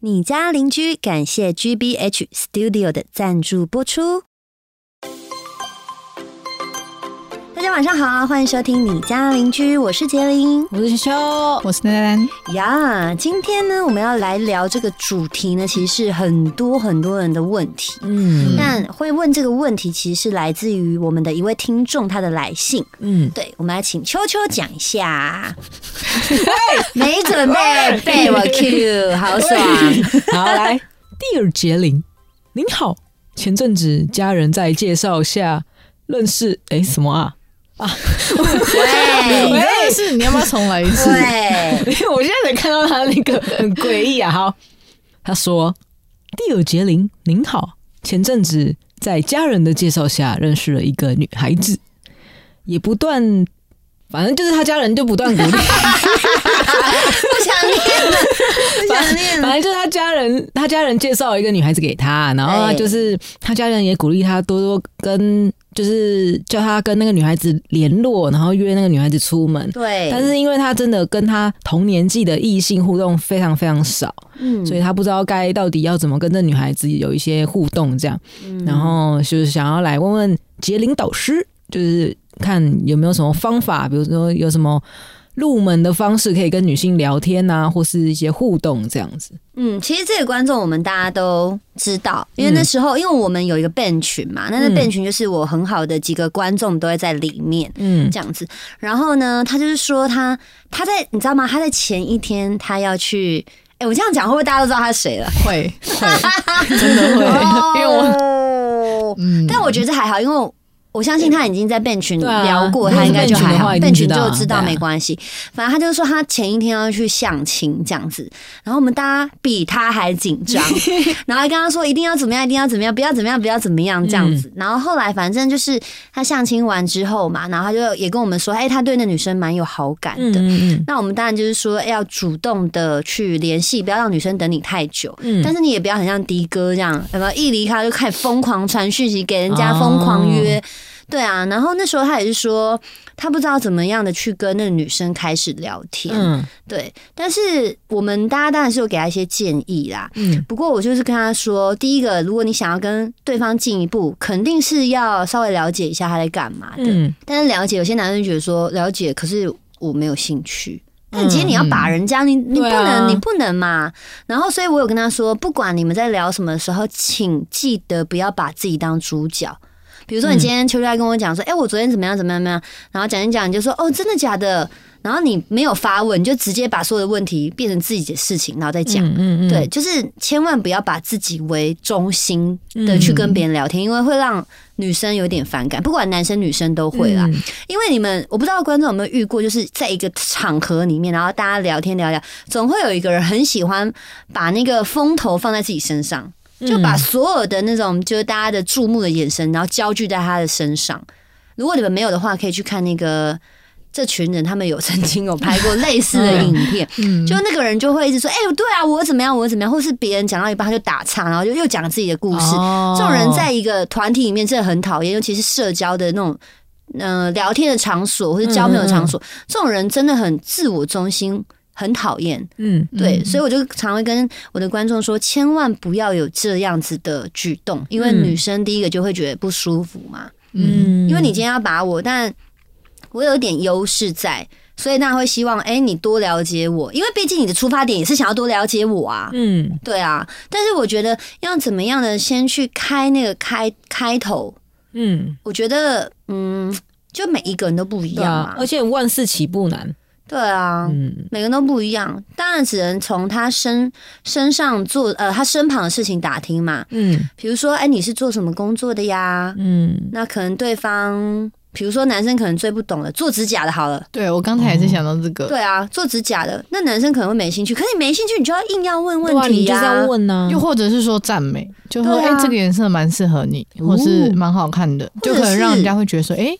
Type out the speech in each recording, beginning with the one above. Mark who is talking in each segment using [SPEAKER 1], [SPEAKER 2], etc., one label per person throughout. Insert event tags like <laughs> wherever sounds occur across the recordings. [SPEAKER 1] 你家邻居感谢 GBH Studio 的赞助播出。大家晚上好，欢迎收听你家邻居，我是杰林
[SPEAKER 2] 我是修，我是丹丹。
[SPEAKER 1] 呀。今天呢，我们要来聊这个主题呢，其实是很多很多人的问题。
[SPEAKER 3] 嗯
[SPEAKER 1] 但会问这个问题，其实是来自于我们的一位听众他的来信。
[SPEAKER 3] 嗯，
[SPEAKER 1] 对，我们来请秋秋讲一
[SPEAKER 3] <laughs>
[SPEAKER 1] 下。没准备被我 Q，好爽！
[SPEAKER 3] 好来，第二杰林，您好，前阵子家人在介绍下认识，哎、什么啊？
[SPEAKER 2] 你哎
[SPEAKER 1] 喂
[SPEAKER 2] 真的是，你要不要重来一次？
[SPEAKER 1] 喂，
[SPEAKER 3] 我现在才看到他那个很诡异啊。好，他说：“第尔杰林，您好，前阵子在家人的介绍下认识了一个女孩子，也不断，反正就是他家人就不断鼓励，
[SPEAKER 1] 不想念了，不想念
[SPEAKER 3] <laughs> 本
[SPEAKER 1] 了。
[SPEAKER 3] 来就是他家人，他家人介绍了一个女孩子给他，然后
[SPEAKER 1] 哎
[SPEAKER 3] 就是他家人也鼓励他多多跟，就是叫他跟那个女孩子联络，然后约那个女孩子出门。
[SPEAKER 1] 对，
[SPEAKER 3] 但是因为他真的跟他同年纪的异性互动非常非常少，
[SPEAKER 1] 嗯
[SPEAKER 3] 所以他不知道该到底要怎么跟这女孩子有一些互动，这样，
[SPEAKER 1] 嗯
[SPEAKER 3] 然后就是想要来问问杰林导师，就是看有没有什么方法，比如说有什么入门的方式可以跟女性聊天啊，或是一些互动这样子。
[SPEAKER 1] 嗯，其实这个观众我们大家都知道，因为那时候、因为我们有一个 band 群嘛，那那
[SPEAKER 3] 嗯
[SPEAKER 1] band 群就是我很好的几个观众都会在里面。
[SPEAKER 3] 嗯
[SPEAKER 1] 这样子。然后呢，他就是说他他在你知道吗？他在前一天他要去。哎、我这样讲会不会大家都知道他是谁了？
[SPEAKER 2] 会
[SPEAKER 3] <laughs>
[SPEAKER 2] 会，真的会，
[SPEAKER 3] 哦
[SPEAKER 2] 因为我
[SPEAKER 1] 我，
[SPEAKER 2] 嗯，
[SPEAKER 1] 但我觉得这还好，因为我。我相信他已经在 b e 群
[SPEAKER 3] 对啊
[SPEAKER 1] 聊过，
[SPEAKER 3] 如果
[SPEAKER 1] 他
[SPEAKER 3] 是
[SPEAKER 1] 应该就
[SPEAKER 3] bench
[SPEAKER 1] 还
[SPEAKER 3] 的
[SPEAKER 1] 好
[SPEAKER 3] 话
[SPEAKER 1] b
[SPEAKER 3] 一
[SPEAKER 1] e
[SPEAKER 3] 定
[SPEAKER 1] 群
[SPEAKER 3] 知道
[SPEAKER 1] 就
[SPEAKER 3] 啊
[SPEAKER 1] 知
[SPEAKER 3] 对
[SPEAKER 1] 道
[SPEAKER 3] 啊
[SPEAKER 1] 没关系。反正他就说他前一天要去相亲这样子，然后我们大家比他还紧
[SPEAKER 3] <laughs>
[SPEAKER 1] 张，然后还跟他说一定要怎么样，一定要怎么样，不要怎么样，不要怎么样这样子。
[SPEAKER 3] 嗯
[SPEAKER 1] 然后后来反正就是他相亲完之后嘛，然后他就也跟我们说，哎、他对那女生蛮有好感
[SPEAKER 3] 嗯
[SPEAKER 1] 的。
[SPEAKER 3] 嗯
[SPEAKER 1] 那我们当然就是说，哎要主动的去联系，不要让女生等你太久。
[SPEAKER 3] 嗯
[SPEAKER 1] 但是你也不要很像迪哥这样，有没有一离开就开始疯狂传讯息给人家，
[SPEAKER 3] 哦
[SPEAKER 1] 疯狂约。对啊，然后那时候他也是说，他不知道怎么样的去跟那个女生开始聊天。
[SPEAKER 3] 嗯
[SPEAKER 1] 对，但是我们大家当然是有给他一些建议啦。
[SPEAKER 3] 嗯
[SPEAKER 1] 不过我就是跟他说，第一个，如果你想要跟对方进一步，肯定是要稍微了解一下他在干嘛的。
[SPEAKER 3] 嗯，
[SPEAKER 1] 但是了解，有些男生觉得说了解，可是我没有兴趣。但其实你要把人家，你你不
[SPEAKER 3] 嗯对啊
[SPEAKER 1] 能，你不能嘛。然后，所以我有跟他说，不管你们在聊什么的时候，请记得不要把自己当主角。比如
[SPEAKER 3] 嗯
[SPEAKER 1] 说，你今天秋秋来跟我讲说，哎、我昨天怎么样怎么样怎么样，然后讲一讲，你就说哦，真的假的？然后你没有发问，你就直接把所有的问题变成自己的事情，然后再讲。
[SPEAKER 3] 嗯嗯嗯，
[SPEAKER 1] 对，就是千万不要把自己为中心
[SPEAKER 3] 嗯
[SPEAKER 1] 的去跟别人聊天，因为会让女生有点反感，不管男生女生都会啦。
[SPEAKER 3] 嗯
[SPEAKER 1] 因为你们，我不知道观众有没有遇过，就是在一个场合里面，然后大家聊天聊聊，总会有一个人很喜欢把那个风头放在自己身上，就把所有的那种就是大家的注目的眼神，然后焦聚在他的身上。如果你们没有的话，可以去看那个这群人，他们有曾经有拍过类似的影片，
[SPEAKER 2] 嗯
[SPEAKER 1] 就那个人就会一直说：“哎、对啊，我怎么样，我怎么样。”或是别人讲到一半，他就打岔，然后就又讲自己的故事。
[SPEAKER 3] 哦
[SPEAKER 1] 这种人在一个团体里面真的很讨厌，尤其是社交的那种。嗯、聊天的场所或者交朋友的场
[SPEAKER 3] 嗯
[SPEAKER 1] 所，这种人真的很自我中心，很讨厌。
[SPEAKER 3] 嗯
[SPEAKER 1] 对，
[SPEAKER 2] 嗯
[SPEAKER 1] 所以我就常会跟我的观众说，千万不要有这样子的举动，因为
[SPEAKER 3] 嗯
[SPEAKER 1] 女生第一个就会觉得不舒服嘛。
[SPEAKER 2] 嗯
[SPEAKER 1] 因为你今天要把我，但我有点优势在，所以大家会希望，哎、你多了解我，因为毕竟你的出发点也是想要多了解我啊，
[SPEAKER 3] 嗯
[SPEAKER 1] 对啊。但是我觉得要怎么样的先去开那个开开头，
[SPEAKER 3] 嗯，
[SPEAKER 1] 我觉得，嗯，就每一个人都不一
[SPEAKER 3] 对
[SPEAKER 1] 样
[SPEAKER 3] 啊
[SPEAKER 1] 嘛，，
[SPEAKER 3] 而且万事起步难，
[SPEAKER 1] 对啊。
[SPEAKER 3] 嗯
[SPEAKER 1] 每个人都不一样，当然只能从他身身上做呃他身旁的事情打听嘛。
[SPEAKER 3] 嗯
[SPEAKER 1] 比如说，哎、你是做什么工作的呀？
[SPEAKER 3] 嗯
[SPEAKER 1] 那可能对方，比如说男生可能最不懂了，做指甲的好了，
[SPEAKER 2] 对我刚才也是想到这个，
[SPEAKER 1] 对啊，做指甲的那男生可能会没兴趣，可是你没兴趣，你就要硬要问
[SPEAKER 3] 对
[SPEAKER 1] 问
[SPEAKER 3] 啊
[SPEAKER 1] 题
[SPEAKER 3] 你就
[SPEAKER 1] 呀、
[SPEAKER 3] 是要问呢
[SPEAKER 2] 又，或者是说赞美，就说
[SPEAKER 1] 对
[SPEAKER 2] 哎
[SPEAKER 1] 啊，哦
[SPEAKER 2] 这个颜色蛮适合你，或是蛮好看的，
[SPEAKER 1] 者
[SPEAKER 2] 就是可能让人家会觉得说，哎，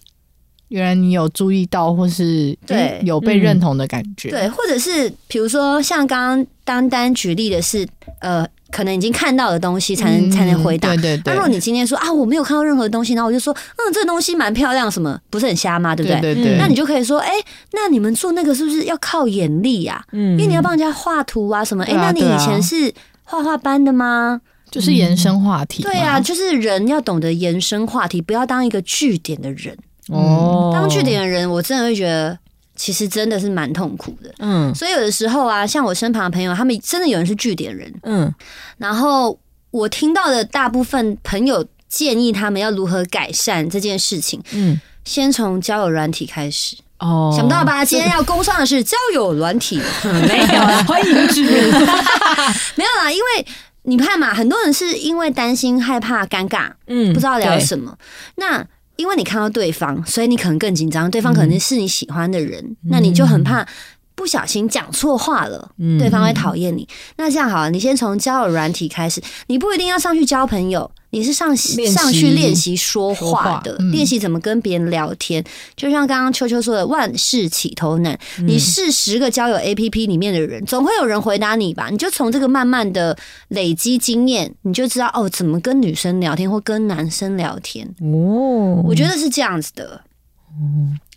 [SPEAKER 2] 原来你有注意到，或是
[SPEAKER 1] 对
[SPEAKER 2] 诶有被认同的感觉，
[SPEAKER 1] 对，或者是比如说像刚刚丹丹举例的是，呃，可能已经看到的东西才能、
[SPEAKER 2] 嗯
[SPEAKER 1] 才能回答。
[SPEAKER 2] 对对
[SPEAKER 1] 那
[SPEAKER 2] 对
[SPEAKER 1] 如果，你今天说啊，我没有看到任何东西，然后我就说，嗯，这个东西蛮漂亮，什么不是很瞎吗？对不对？
[SPEAKER 2] 对对
[SPEAKER 3] 嗯
[SPEAKER 2] 对，
[SPEAKER 1] 那你就可以说，哎、那你们做那个是不是要靠眼力呀、
[SPEAKER 3] 嗯
[SPEAKER 1] 因为你要帮人家画图啊什么。哎、
[SPEAKER 2] 对啊
[SPEAKER 1] 那你
[SPEAKER 2] 对啊
[SPEAKER 1] 以前是画画班的吗？
[SPEAKER 2] 就是延伸话题嘛。
[SPEAKER 1] 对啊，就是人要懂得延伸话题，不要当一个据点的人。
[SPEAKER 2] 嗯
[SPEAKER 3] 哦，
[SPEAKER 1] 当据点的人，我真的会觉得其实真的是蛮痛苦的。
[SPEAKER 3] 嗯
[SPEAKER 1] 所以有的时候啊，像我身旁的朋友，他们真的有人是据点人，
[SPEAKER 3] 嗯
[SPEAKER 1] 然后我听到的大部分朋友建议他们要如何改善这件事情，
[SPEAKER 3] 嗯，
[SPEAKER 1] 先从交友软体开始。
[SPEAKER 3] 哦，
[SPEAKER 1] 想不到
[SPEAKER 3] <laughs>
[SPEAKER 1] 吧？今天要工商的是交友软体，
[SPEAKER 3] 没有
[SPEAKER 1] <laughs>
[SPEAKER 3] 啊，欢迎指认，
[SPEAKER 1] 没有啦，因为你看嘛，很多人是因为担心、害怕、尴尬，
[SPEAKER 3] 嗯
[SPEAKER 1] 不知道聊什么。那因为你看到对方，所以你可能更紧张，对方可
[SPEAKER 3] 嗯
[SPEAKER 1] 能是你喜欢的人，那你就很怕不小心讲错话了，
[SPEAKER 3] 么
[SPEAKER 1] 对方会讨厌你。那这样好了，你先从交友软体开始，你不一定要上去交朋友，你是上
[SPEAKER 3] 练习
[SPEAKER 1] 上去练习说话的
[SPEAKER 2] 说话，嗯
[SPEAKER 1] 练习怎么跟别人聊天。就像刚刚秋秋说的，万事起头难，你是十个交友 APP 里面的人，总会有人回答你吧？你就从这个慢慢的累积经验，你就知道哦，怎么跟女生聊天或跟男生聊天。
[SPEAKER 3] 哦，
[SPEAKER 1] 我觉得是这样子的。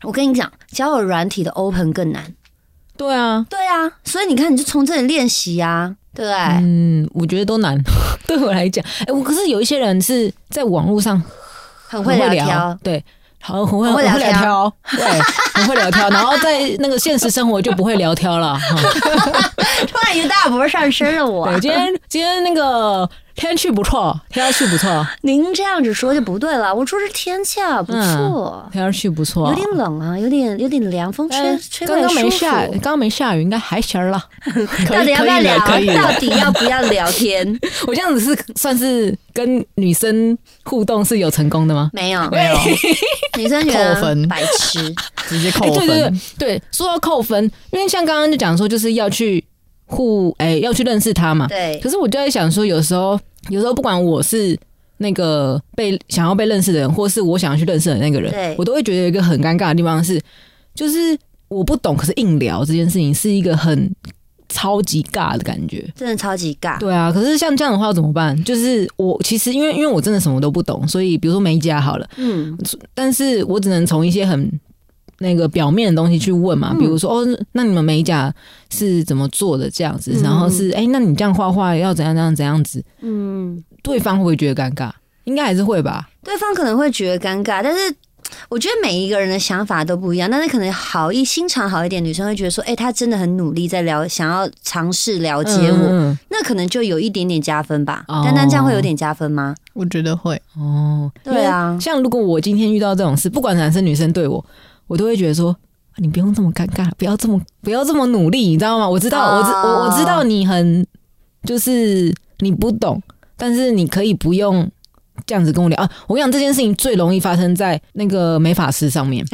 [SPEAKER 1] 我跟你讲，交友软体的 open 更难。
[SPEAKER 3] 对啊，
[SPEAKER 1] 对啊，所以你看，你就从这里练习啊，对不对？
[SPEAKER 3] 嗯，我觉得都难， <laughs> 对我来讲，哎、我可是有一些人是在网络上
[SPEAKER 1] 很
[SPEAKER 3] 很
[SPEAKER 1] 会
[SPEAKER 3] 会
[SPEAKER 1] 聊
[SPEAKER 3] 聊
[SPEAKER 1] 天，，哦
[SPEAKER 3] 对，好，很会
[SPEAKER 1] 很
[SPEAKER 3] 很
[SPEAKER 1] 会聊
[SPEAKER 3] 会
[SPEAKER 1] 哦
[SPEAKER 3] 聊天，哦对，很会聊天，哦然后在那个现实生活就不会聊天
[SPEAKER 1] <laughs>
[SPEAKER 3] 了。哈
[SPEAKER 1] <laughs> 突然一个大伯上身了我
[SPEAKER 3] 对，今天今天那个天气不错，天气不错，
[SPEAKER 1] <laughs> 您这样子说就不对了，我说是天气啊，不错，
[SPEAKER 3] 天气不错，
[SPEAKER 1] 有点冷啊，有点有点凉风吹
[SPEAKER 3] 嗯哎
[SPEAKER 1] 吹过
[SPEAKER 3] 刚
[SPEAKER 1] 来
[SPEAKER 3] 刚没
[SPEAKER 1] 舒服
[SPEAKER 3] 下，刚刚没下雨，应该还行儿了。
[SPEAKER 1] 到底要不要聊？
[SPEAKER 2] 可以了可以了
[SPEAKER 1] 到底要不要聊天？
[SPEAKER 3] 我这样子是算是跟女生互动是有成功的吗？
[SPEAKER 1] 没有，
[SPEAKER 2] 没有，
[SPEAKER 1] 女生觉
[SPEAKER 2] 扣
[SPEAKER 1] 得
[SPEAKER 2] 分
[SPEAKER 1] 白痴，
[SPEAKER 2] 直接
[SPEAKER 3] 哎
[SPEAKER 2] 扣
[SPEAKER 3] 对对
[SPEAKER 2] 分
[SPEAKER 3] 对。对，说到扣分，因为像刚刚就讲说，就是要去互哎、要去认识他嘛。 <laughs>
[SPEAKER 1] 对
[SPEAKER 3] 可是我就在想说，有时候有时候不管我是那个被想要被认识的人，或是我想要去认识的那个
[SPEAKER 1] 对
[SPEAKER 3] 人，我都会觉得有一个很尴尬的地方是，就是我不懂，可是硬聊这件事情是一个很超级尬的感觉。
[SPEAKER 1] 真的超级尬。
[SPEAKER 3] 对啊，可是像这样的话要怎么办？就是我其实因为因为我真的什么都不懂，所以比如说美甲好了，
[SPEAKER 1] 嗯，
[SPEAKER 3] 但是我只能从一些很那个表面的东西去问嘛，
[SPEAKER 1] 嗯
[SPEAKER 3] 比如说哦，那你们美甲是怎么做的这样子
[SPEAKER 1] 嗯？
[SPEAKER 3] 然后是哎、那你这样画画要怎样怎样怎样子？
[SPEAKER 1] 嗯，
[SPEAKER 3] 对方会不会觉得尴尬？应该还是会吧。
[SPEAKER 1] 对方可能会觉得尴尬，但是。我觉得每一个人的想法都不一样，但是可能好一心肠好一点，女生会觉得说，哎、她真的很努力在了，想要尝试了解我，
[SPEAKER 3] 嗯
[SPEAKER 1] 那可能就有一点点加分吧。
[SPEAKER 3] 哦
[SPEAKER 1] 单单这样会有点加分吗？
[SPEAKER 2] 我觉得会，
[SPEAKER 3] 嗯哦，
[SPEAKER 1] 对啊，
[SPEAKER 3] 像如果我今天遇到这种事，不管男生女生对我，我都会觉得说。你不用这么尴尬，不要这么不要这么努力，你知道吗？我知道，我知
[SPEAKER 1] 啊
[SPEAKER 3] 我我知道你很就是你不懂，但是你可以不用这样子跟我聊啊。我跟你讲，这件事情最容易发生在那个美发师上面，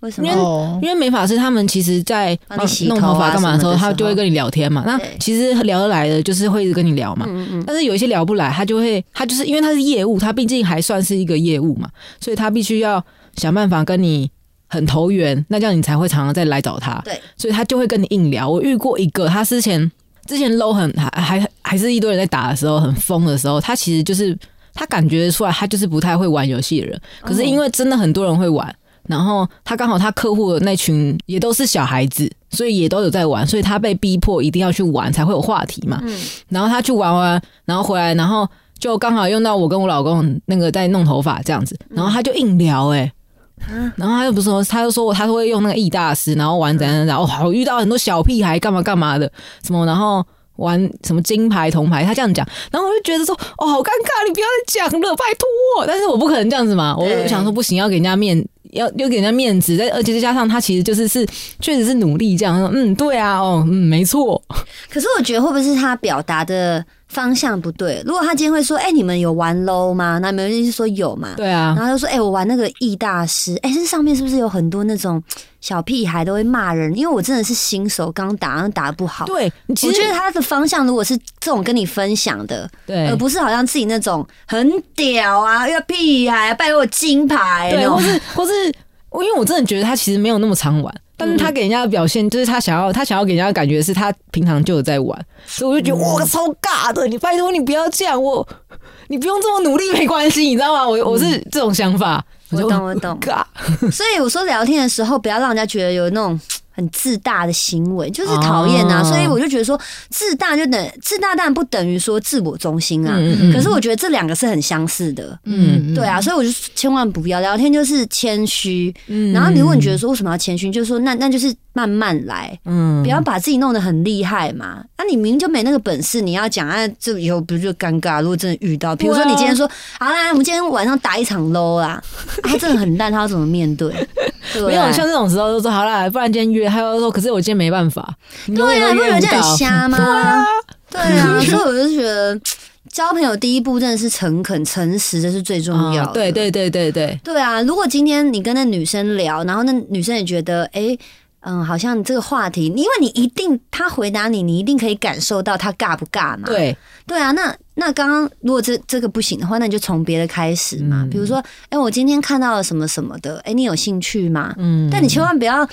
[SPEAKER 1] 为什
[SPEAKER 3] 因
[SPEAKER 1] 么？
[SPEAKER 3] 为
[SPEAKER 2] 哦，
[SPEAKER 3] 因为美发师他们其实在
[SPEAKER 1] 帮你洗
[SPEAKER 3] 弄
[SPEAKER 1] 头啊
[SPEAKER 3] 头发干嘛的时候，
[SPEAKER 1] 什么的时候
[SPEAKER 3] 他就会跟你聊天嘛。那
[SPEAKER 1] 对
[SPEAKER 3] 其实聊得来的就是会一直跟你聊嘛。
[SPEAKER 1] 嗯嗯嗯，
[SPEAKER 3] 但是有一些聊不来，他就会他就是因为他是业务，他毕竟还算是一个业务嘛，所以他必须要想办法跟你很投缘，那这样你才会常常再来找他。
[SPEAKER 1] 对，
[SPEAKER 3] 所以他就会跟你硬聊。我遇过一个，他之前之前 low 很还还还是一堆人在打的时候，很疯的时候，他其实就是他感觉出来，他就是不太会玩游戏的人。可是因为真的很多人会玩。然后他刚好他客户的那群也都是小孩子，所以也都有在玩，所以他被逼迫一定要去玩才会有话题嘛。
[SPEAKER 1] 嗯
[SPEAKER 3] 然后他去玩玩，然后回来，然后就刚好用到我跟我老公那个在弄头发这样子，然后他就硬聊哎、
[SPEAKER 1] 嗯
[SPEAKER 3] 然后他就不是说，他就说他会用那个易大师，然后玩怎样怎样，哦，我遇到很多小屁孩干嘛干嘛的，什么，然后玩什么金牌铜牌，他这样讲，然后我就觉得说，哦，好尴尬，你不要再讲了，拜托，啊但是我不可能这样子嘛，我
[SPEAKER 1] 对
[SPEAKER 3] 就想说不行，要给人家面，要要给人家面子，再而且再加上他其实就是是确实是努力这样，说嗯，对啊，哦，嗯，没错，
[SPEAKER 1] 可是我觉得会不会是他表达的方向不对？如果他今天会说，哎、你们有玩 low 吗？那没人就说有嘛。
[SPEAKER 3] 对啊
[SPEAKER 1] 然，后他就说：“哎、我玩那个易大师，哎、这上面是不是有很多那种小屁孩都会骂人？因为我真的是新手，刚打，然后打得不好。
[SPEAKER 3] 对，其
[SPEAKER 1] 我
[SPEAKER 3] 实
[SPEAKER 1] 觉得他的方向如果是这种跟你分享的，
[SPEAKER 3] 对
[SPEAKER 1] 而，不是好像自己那种很屌啊，要屁孩、拜托我金牌那
[SPEAKER 3] 对，
[SPEAKER 1] 种
[SPEAKER 3] 或。是或是，我因为我真的觉得他其实没有那么常玩，但是他
[SPEAKER 1] 嗯
[SPEAKER 3] 给人家的表现就是他想要他想要给人家的感觉是他平常就有在玩，所以我就
[SPEAKER 1] 嗯
[SPEAKER 3] 觉得哇超尬的，你拜托你不要这样，我你不用这么努力没关系，你知道吗？我我是这种想法，
[SPEAKER 1] 嗯我
[SPEAKER 3] 就。
[SPEAKER 1] 懂我懂
[SPEAKER 3] <laughs> 嘎，
[SPEAKER 1] 所以我说聊天的时候，不要让人家觉得有那种很自大的行为，就是讨厌啊。
[SPEAKER 3] 哦
[SPEAKER 1] 所以我就觉得说，自大就等自大，但不等于说自我中心啊。
[SPEAKER 3] 嗯嗯嗯
[SPEAKER 1] 可是我觉得这两个是很相似的。
[SPEAKER 2] 嗯，嗯
[SPEAKER 1] 对，啊，所以我就千万不要聊天，就是谦虚。
[SPEAKER 3] 嗯
[SPEAKER 1] 然后如果你觉得说为什么要谦虚，就是说那那就是慢慢来，
[SPEAKER 3] 嗯
[SPEAKER 1] 不要把自己弄得很厉害嘛。那、你明明就没那个本事，你要讲啊，这以后不就尴尬？如果真的遇到，比如说
[SPEAKER 3] 对啊
[SPEAKER 1] 你今天说，好啦，我们今天晚上打一场 low 啦，啊他真的很烂，他要怎么面对？对啊不
[SPEAKER 3] 没
[SPEAKER 1] 对
[SPEAKER 3] 有像这种时候就说好啦，不然今天约，他又说可是我今天没办法，你永
[SPEAKER 1] 对
[SPEAKER 3] 远
[SPEAKER 1] 啊，
[SPEAKER 3] 都
[SPEAKER 1] 你不觉
[SPEAKER 3] 约
[SPEAKER 1] 得这
[SPEAKER 3] 不
[SPEAKER 1] 样
[SPEAKER 3] 到
[SPEAKER 1] 很。瞎吗？对
[SPEAKER 3] <laughs>
[SPEAKER 1] 啊，所以我就觉得交朋友第一步真的是诚恳、诚实，这是最重要
[SPEAKER 3] 啊
[SPEAKER 1] 的。
[SPEAKER 3] 对对对对对，
[SPEAKER 1] 对啊，如果今天你跟那女生聊，然后那女生也觉得，哎、嗯，好像这个话题，因为你一定她回答你，你一定可以感受到她尬不尬嘛。
[SPEAKER 3] 对，
[SPEAKER 1] 对啊，那那刚刚如果这这个不行的话，那你就从别的开始嘛，
[SPEAKER 3] 嗯
[SPEAKER 1] 比如说，哎、我今天看到了什么什么的，哎、你有兴趣吗？
[SPEAKER 3] 嗯，
[SPEAKER 1] 但你千万不要，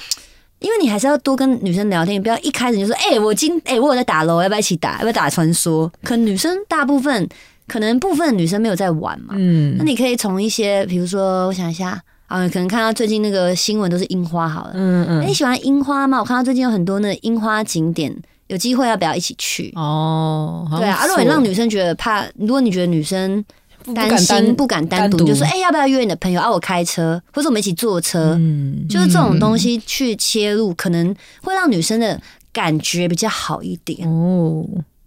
[SPEAKER 1] 因为你还是要多跟女生聊天，你不要一开始就说，哎、我今哎、我有在打喽，要不要一起打？要不要打传说？可能女生大部分，可能部分女生没有在玩嘛，
[SPEAKER 3] 嗯
[SPEAKER 1] 那你可以从一些，比如说，我想一下啊，可能看到最近那个新闻都是樱花好了。
[SPEAKER 3] 嗯
[SPEAKER 1] 哎你
[SPEAKER 3] 嗯
[SPEAKER 1] 喜欢樱花吗？我看到最近有很多那樱花景点，有机会要不要一起去？
[SPEAKER 3] 哦，好像
[SPEAKER 1] 对啊，啊
[SPEAKER 3] 不
[SPEAKER 1] 如果你
[SPEAKER 3] 错
[SPEAKER 1] 让女生觉得怕，如果你觉得女生
[SPEAKER 3] 不
[SPEAKER 1] 担心不敢单
[SPEAKER 3] 单
[SPEAKER 1] 独，
[SPEAKER 3] 独
[SPEAKER 1] 就说哎、要不要约你的朋友啊？我开车，或者我们一起坐车，
[SPEAKER 3] 嗯
[SPEAKER 1] 就是这种东西去切入，可能会让女生的感觉比较好一点。
[SPEAKER 3] 哦，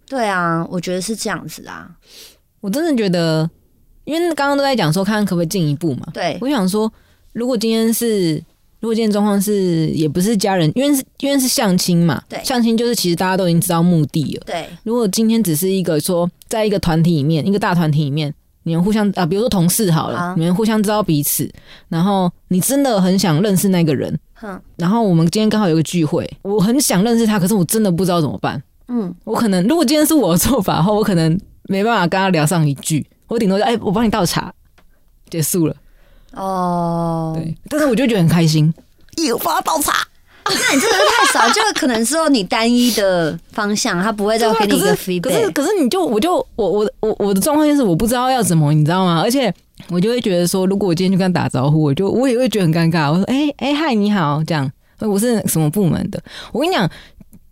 [SPEAKER 1] 对啊，我觉得是这样子啊。
[SPEAKER 3] 我真的觉得，因为刚刚都在讲说看看可不可以进一步嘛，
[SPEAKER 1] 对，
[SPEAKER 3] 我想说，如果今天是。如果今天状况是也不是家人，因为是因为是相亲嘛，
[SPEAKER 1] 对
[SPEAKER 3] 相亲就是其实大家都已经知道目的了，
[SPEAKER 1] 对，
[SPEAKER 3] 如果今天只是一个说，在一个团体里面，一个大团体里面，你们互相啊，比如说同事好了，
[SPEAKER 1] 好
[SPEAKER 3] 你们互相知道彼此，然后你真的很想认识那个人，
[SPEAKER 1] 哼，
[SPEAKER 3] 然后我们今天刚好有个聚会，我很想认识他，可是我真的不知道怎么办。
[SPEAKER 1] 嗯，
[SPEAKER 3] 我可能如果今天是我的做法的话，我可能没办法跟他聊上一句，我顶多就哎、我帮你倒茶，结束了。
[SPEAKER 1] 哦，
[SPEAKER 3] 对，但是我就觉得很开心，有帮他倒茶，
[SPEAKER 1] 那你真的是太少，就可能是你单一的方向，他不会再
[SPEAKER 3] 对啊
[SPEAKER 1] 给你一个
[SPEAKER 3] 可是可是
[SPEAKER 1] feedback。
[SPEAKER 3] 可是你就我就我我我我的状况就是我不知道要怎么，你知道吗？而且我就会觉得说，如果我今天去跟他打招呼，我就我也会觉得很尴尬。我说，哎、哎、嗨，你好，这样，呃我是什么部门的？我跟你讲，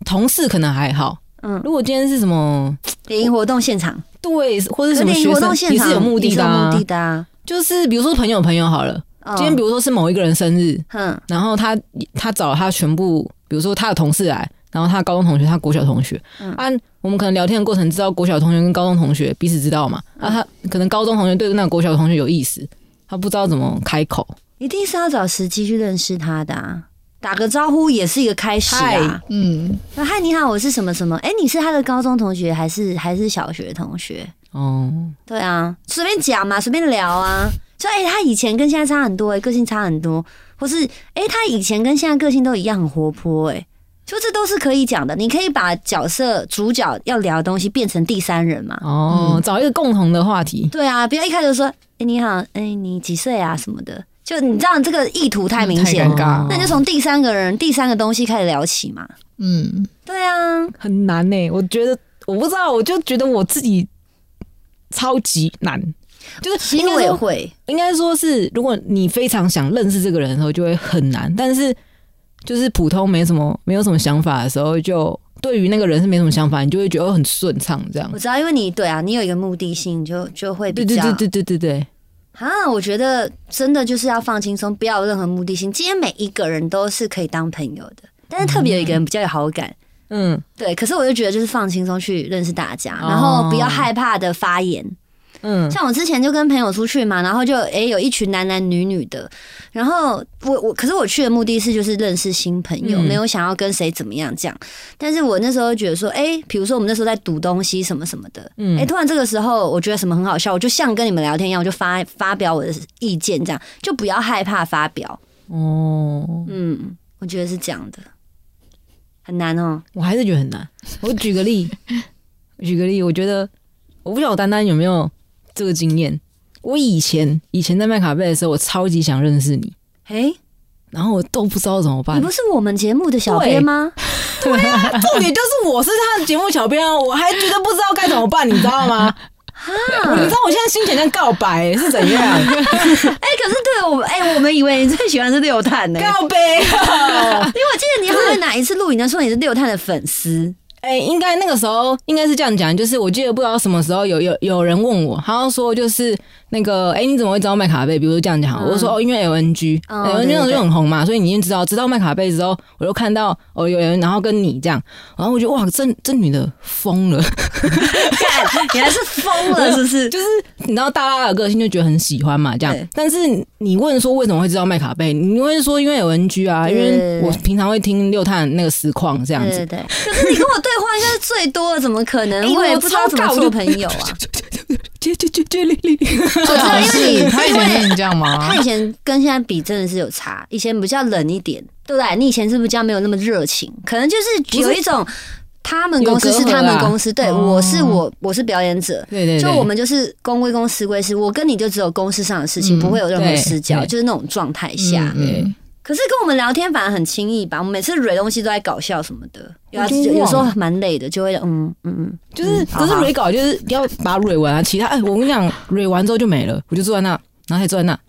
[SPEAKER 3] 同事可能还好，
[SPEAKER 1] 嗯，
[SPEAKER 3] 如果今天是什么
[SPEAKER 1] 联谊活动现场，
[SPEAKER 3] 对，或
[SPEAKER 1] 可
[SPEAKER 3] 者是
[SPEAKER 1] 是
[SPEAKER 3] 什么
[SPEAKER 1] 联谊
[SPEAKER 3] 学
[SPEAKER 1] 活
[SPEAKER 3] 生
[SPEAKER 1] 动现
[SPEAKER 3] 也
[SPEAKER 1] 场
[SPEAKER 3] 是有目的的、
[SPEAKER 1] 也是有
[SPEAKER 3] 啊
[SPEAKER 1] 目，的的啊。
[SPEAKER 3] 就是比如说朋友朋友好了，
[SPEAKER 1] 嗯
[SPEAKER 3] 今天比如说是某一个人生日，
[SPEAKER 1] 哼，
[SPEAKER 3] 然后他他找了他全部，比如说他的同事来，然后他的高中同学，他国小同学，
[SPEAKER 1] 嗯
[SPEAKER 3] 啊，我们可能聊天的过程知道国小同学跟高中同学彼此知道嘛，啊，他可能高中同学对那个国小同学有意思，他不知道怎么开口，
[SPEAKER 1] 一定是要找时机去认识他的、啊，打个招呼也是一个开始啊
[SPEAKER 3] 嗨。
[SPEAKER 2] 嗯，
[SPEAKER 1] 那嗨，你好，我是什么什么？哎、你是他的高中同学还是还是小学同学？
[SPEAKER 3] 哦，
[SPEAKER 1] 对啊，随便讲嘛，随便聊啊。说哎、他以前跟现在差很多、哎，个性差很多，或是哎、他以前跟现在个性都一样，很活泼，哎，就这都是可以讲的。你可以把角色主角要聊的东西变成第三人嘛。
[SPEAKER 3] 哦，找一个共同的话题，
[SPEAKER 1] 对啊，不要一开始就说哎、你好，哎、你几岁啊什么的，就你知道这个意图太明显
[SPEAKER 2] 嗯太
[SPEAKER 1] 了
[SPEAKER 2] 尴，尬，
[SPEAKER 1] 那你就从第三个人、第三个东西开始聊起嘛。
[SPEAKER 2] 嗯，
[SPEAKER 1] 对啊，
[SPEAKER 3] 很难呢、我觉得我不知道，我就觉得我自己超级难，就是
[SPEAKER 1] 其
[SPEAKER 3] 因
[SPEAKER 1] 实我
[SPEAKER 3] 为
[SPEAKER 1] 也会，
[SPEAKER 3] 应该说是，如果你非常想认识这个人的时候，就会很难。但是就是普通没什么没有什么想法的时候，就对于那个人是没什么想法，你就会觉得哦很顺畅这样
[SPEAKER 1] 我。知道，因为你对啊，你有一个目的性，你就就会比
[SPEAKER 3] 对对
[SPEAKER 1] 较
[SPEAKER 3] 对对对对对，
[SPEAKER 1] 啊。我觉得真的就是要放轻松，不要有任何目的性。今天每一个人都是可以当朋友的，但是特别有一个人比较有好感。
[SPEAKER 3] 嗯，
[SPEAKER 1] 对，可是我就觉得就是放轻松去认识大家，
[SPEAKER 3] 哦
[SPEAKER 1] 然后不要害怕的发言。
[SPEAKER 3] 嗯，
[SPEAKER 1] 像我之前就跟朋友出去嘛，然后就诶、有一群男男女女的，然后我我可是我去的目的是就是认识新朋友，
[SPEAKER 3] 嗯
[SPEAKER 1] 没有想要跟谁怎么样这样。但是我那时候觉得说，诶、比如说我们那时候在赌东西什么什么的，
[SPEAKER 3] 嗯
[SPEAKER 1] 诶、突然这个时候我觉得什么很好笑，我就像跟你们聊天一样，我就发发表我的意见，这样就不要害怕发表。
[SPEAKER 3] 哦，
[SPEAKER 1] 嗯，我觉得是这样的，很难哦。
[SPEAKER 3] 我还是觉得很难。我举个例，举个例，我觉得我不晓得我丹丹有没有这个经验。我以前以前在麦卡贝的时候，我超级想认识你，
[SPEAKER 1] 诶、
[SPEAKER 3] 然后我都不知道怎么办
[SPEAKER 1] 你。不是我们节目的小编吗？
[SPEAKER 3] <laughs> 重点就是我是他的节目小编啊，我还觉得不知道该怎么办，你知道吗？我你知道我现在心情在告白是怎样？
[SPEAKER 1] <laughs> 哎、可是对我们，哎、我们以为你最喜欢是六探
[SPEAKER 3] <laughs>
[SPEAKER 1] 呢、
[SPEAKER 3] 告白啊！
[SPEAKER 1] 因为我记得你好像哪一次录影的时候，你是六探的粉丝，
[SPEAKER 3] 哎、应该那个时候应该是这样讲，就是我记得不知道什么时候有有有人问我，好像说就是那个，哎、你怎么会知道麦卡贝？比如这样讲，
[SPEAKER 1] 嗯
[SPEAKER 3] 我就说哦，因为 LNG，LNG、
[SPEAKER 1] 哦对
[SPEAKER 3] LNG 那时候
[SPEAKER 1] 对
[SPEAKER 3] 就很红嘛，所以你已经知道，知道麦卡贝之后，我就看到哦有人，然后跟你这样，然后我觉得哇，这这女的疯了，
[SPEAKER 1] 干你还是疯了是不是？
[SPEAKER 3] 就是你知道大拉的个性就觉得很喜欢嘛，这样
[SPEAKER 1] 对。
[SPEAKER 3] 但是你问说为什么会知道麦卡贝，你会说因为 LNG 啊，因
[SPEAKER 1] 对
[SPEAKER 3] 为我平常会听六探那个实况这样子
[SPEAKER 1] 对对，对，可是你跟我对话应该是最多的，怎么可能
[SPEAKER 3] 哎
[SPEAKER 1] 会
[SPEAKER 3] 我
[SPEAKER 1] 不知道
[SPEAKER 3] 超
[SPEAKER 1] 怎么
[SPEAKER 3] 尬我
[SPEAKER 1] 做
[SPEAKER 3] 就
[SPEAKER 1] 朋友啊？
[SPEAKER 3] 接接接接力力力。
[SPEAKER 1] 我知道，因为你
[SPEAKER 2] 他以
[SPEAKER 1] 因
[SPEAKER 2] 前
[SPEAKER 1] 为
[SPEAKER 2] 是你这样吗
[SPEAKER 1] 他？以前跟现在比真的是有差，以前比较冷一点，对不对？你以前是不是比较没有那么热情？可能就是有一种他们公司是他们公司，对
[SPEAKER 2] 哦
[SPEAKER 1] 我是我，我是表演者。
[SPEAKER 3] 对对对，
[SPEAKER 1] 就我们就是公归公，私归私，我跟你就只有公事上的事情，
[SPEAKER 2] 嗯
[SPEAKER 1] 不会有任何
[SPEAKER 3] 对
[SPEAKER 1] 私交，
[SPEAKER 3] 对
[SPEAKER 1] 就是那种状态下。
[SPEAKER 2] 嗯
[SPEAKER 1] 可是跟我们聊天反而很轻易吧？我们每次蕊东西都在搞笑什么的，有啊
[SPEAKER 3] 我已经
[SPEAKER 1] 有有时候
[SPEAKER 3] 忘
[SPEAKER 1] 蛮累的，就会嗯嗯嗯，
[SPEAKER 3] 就是，可是
[SPEAKER 1] 好好
[SPEAKER 3] 蕊稿就是要把它蕊完啊，其他哎，我跟你讲，蕊完之后就没了，我就坐在那，然后他也坐在那，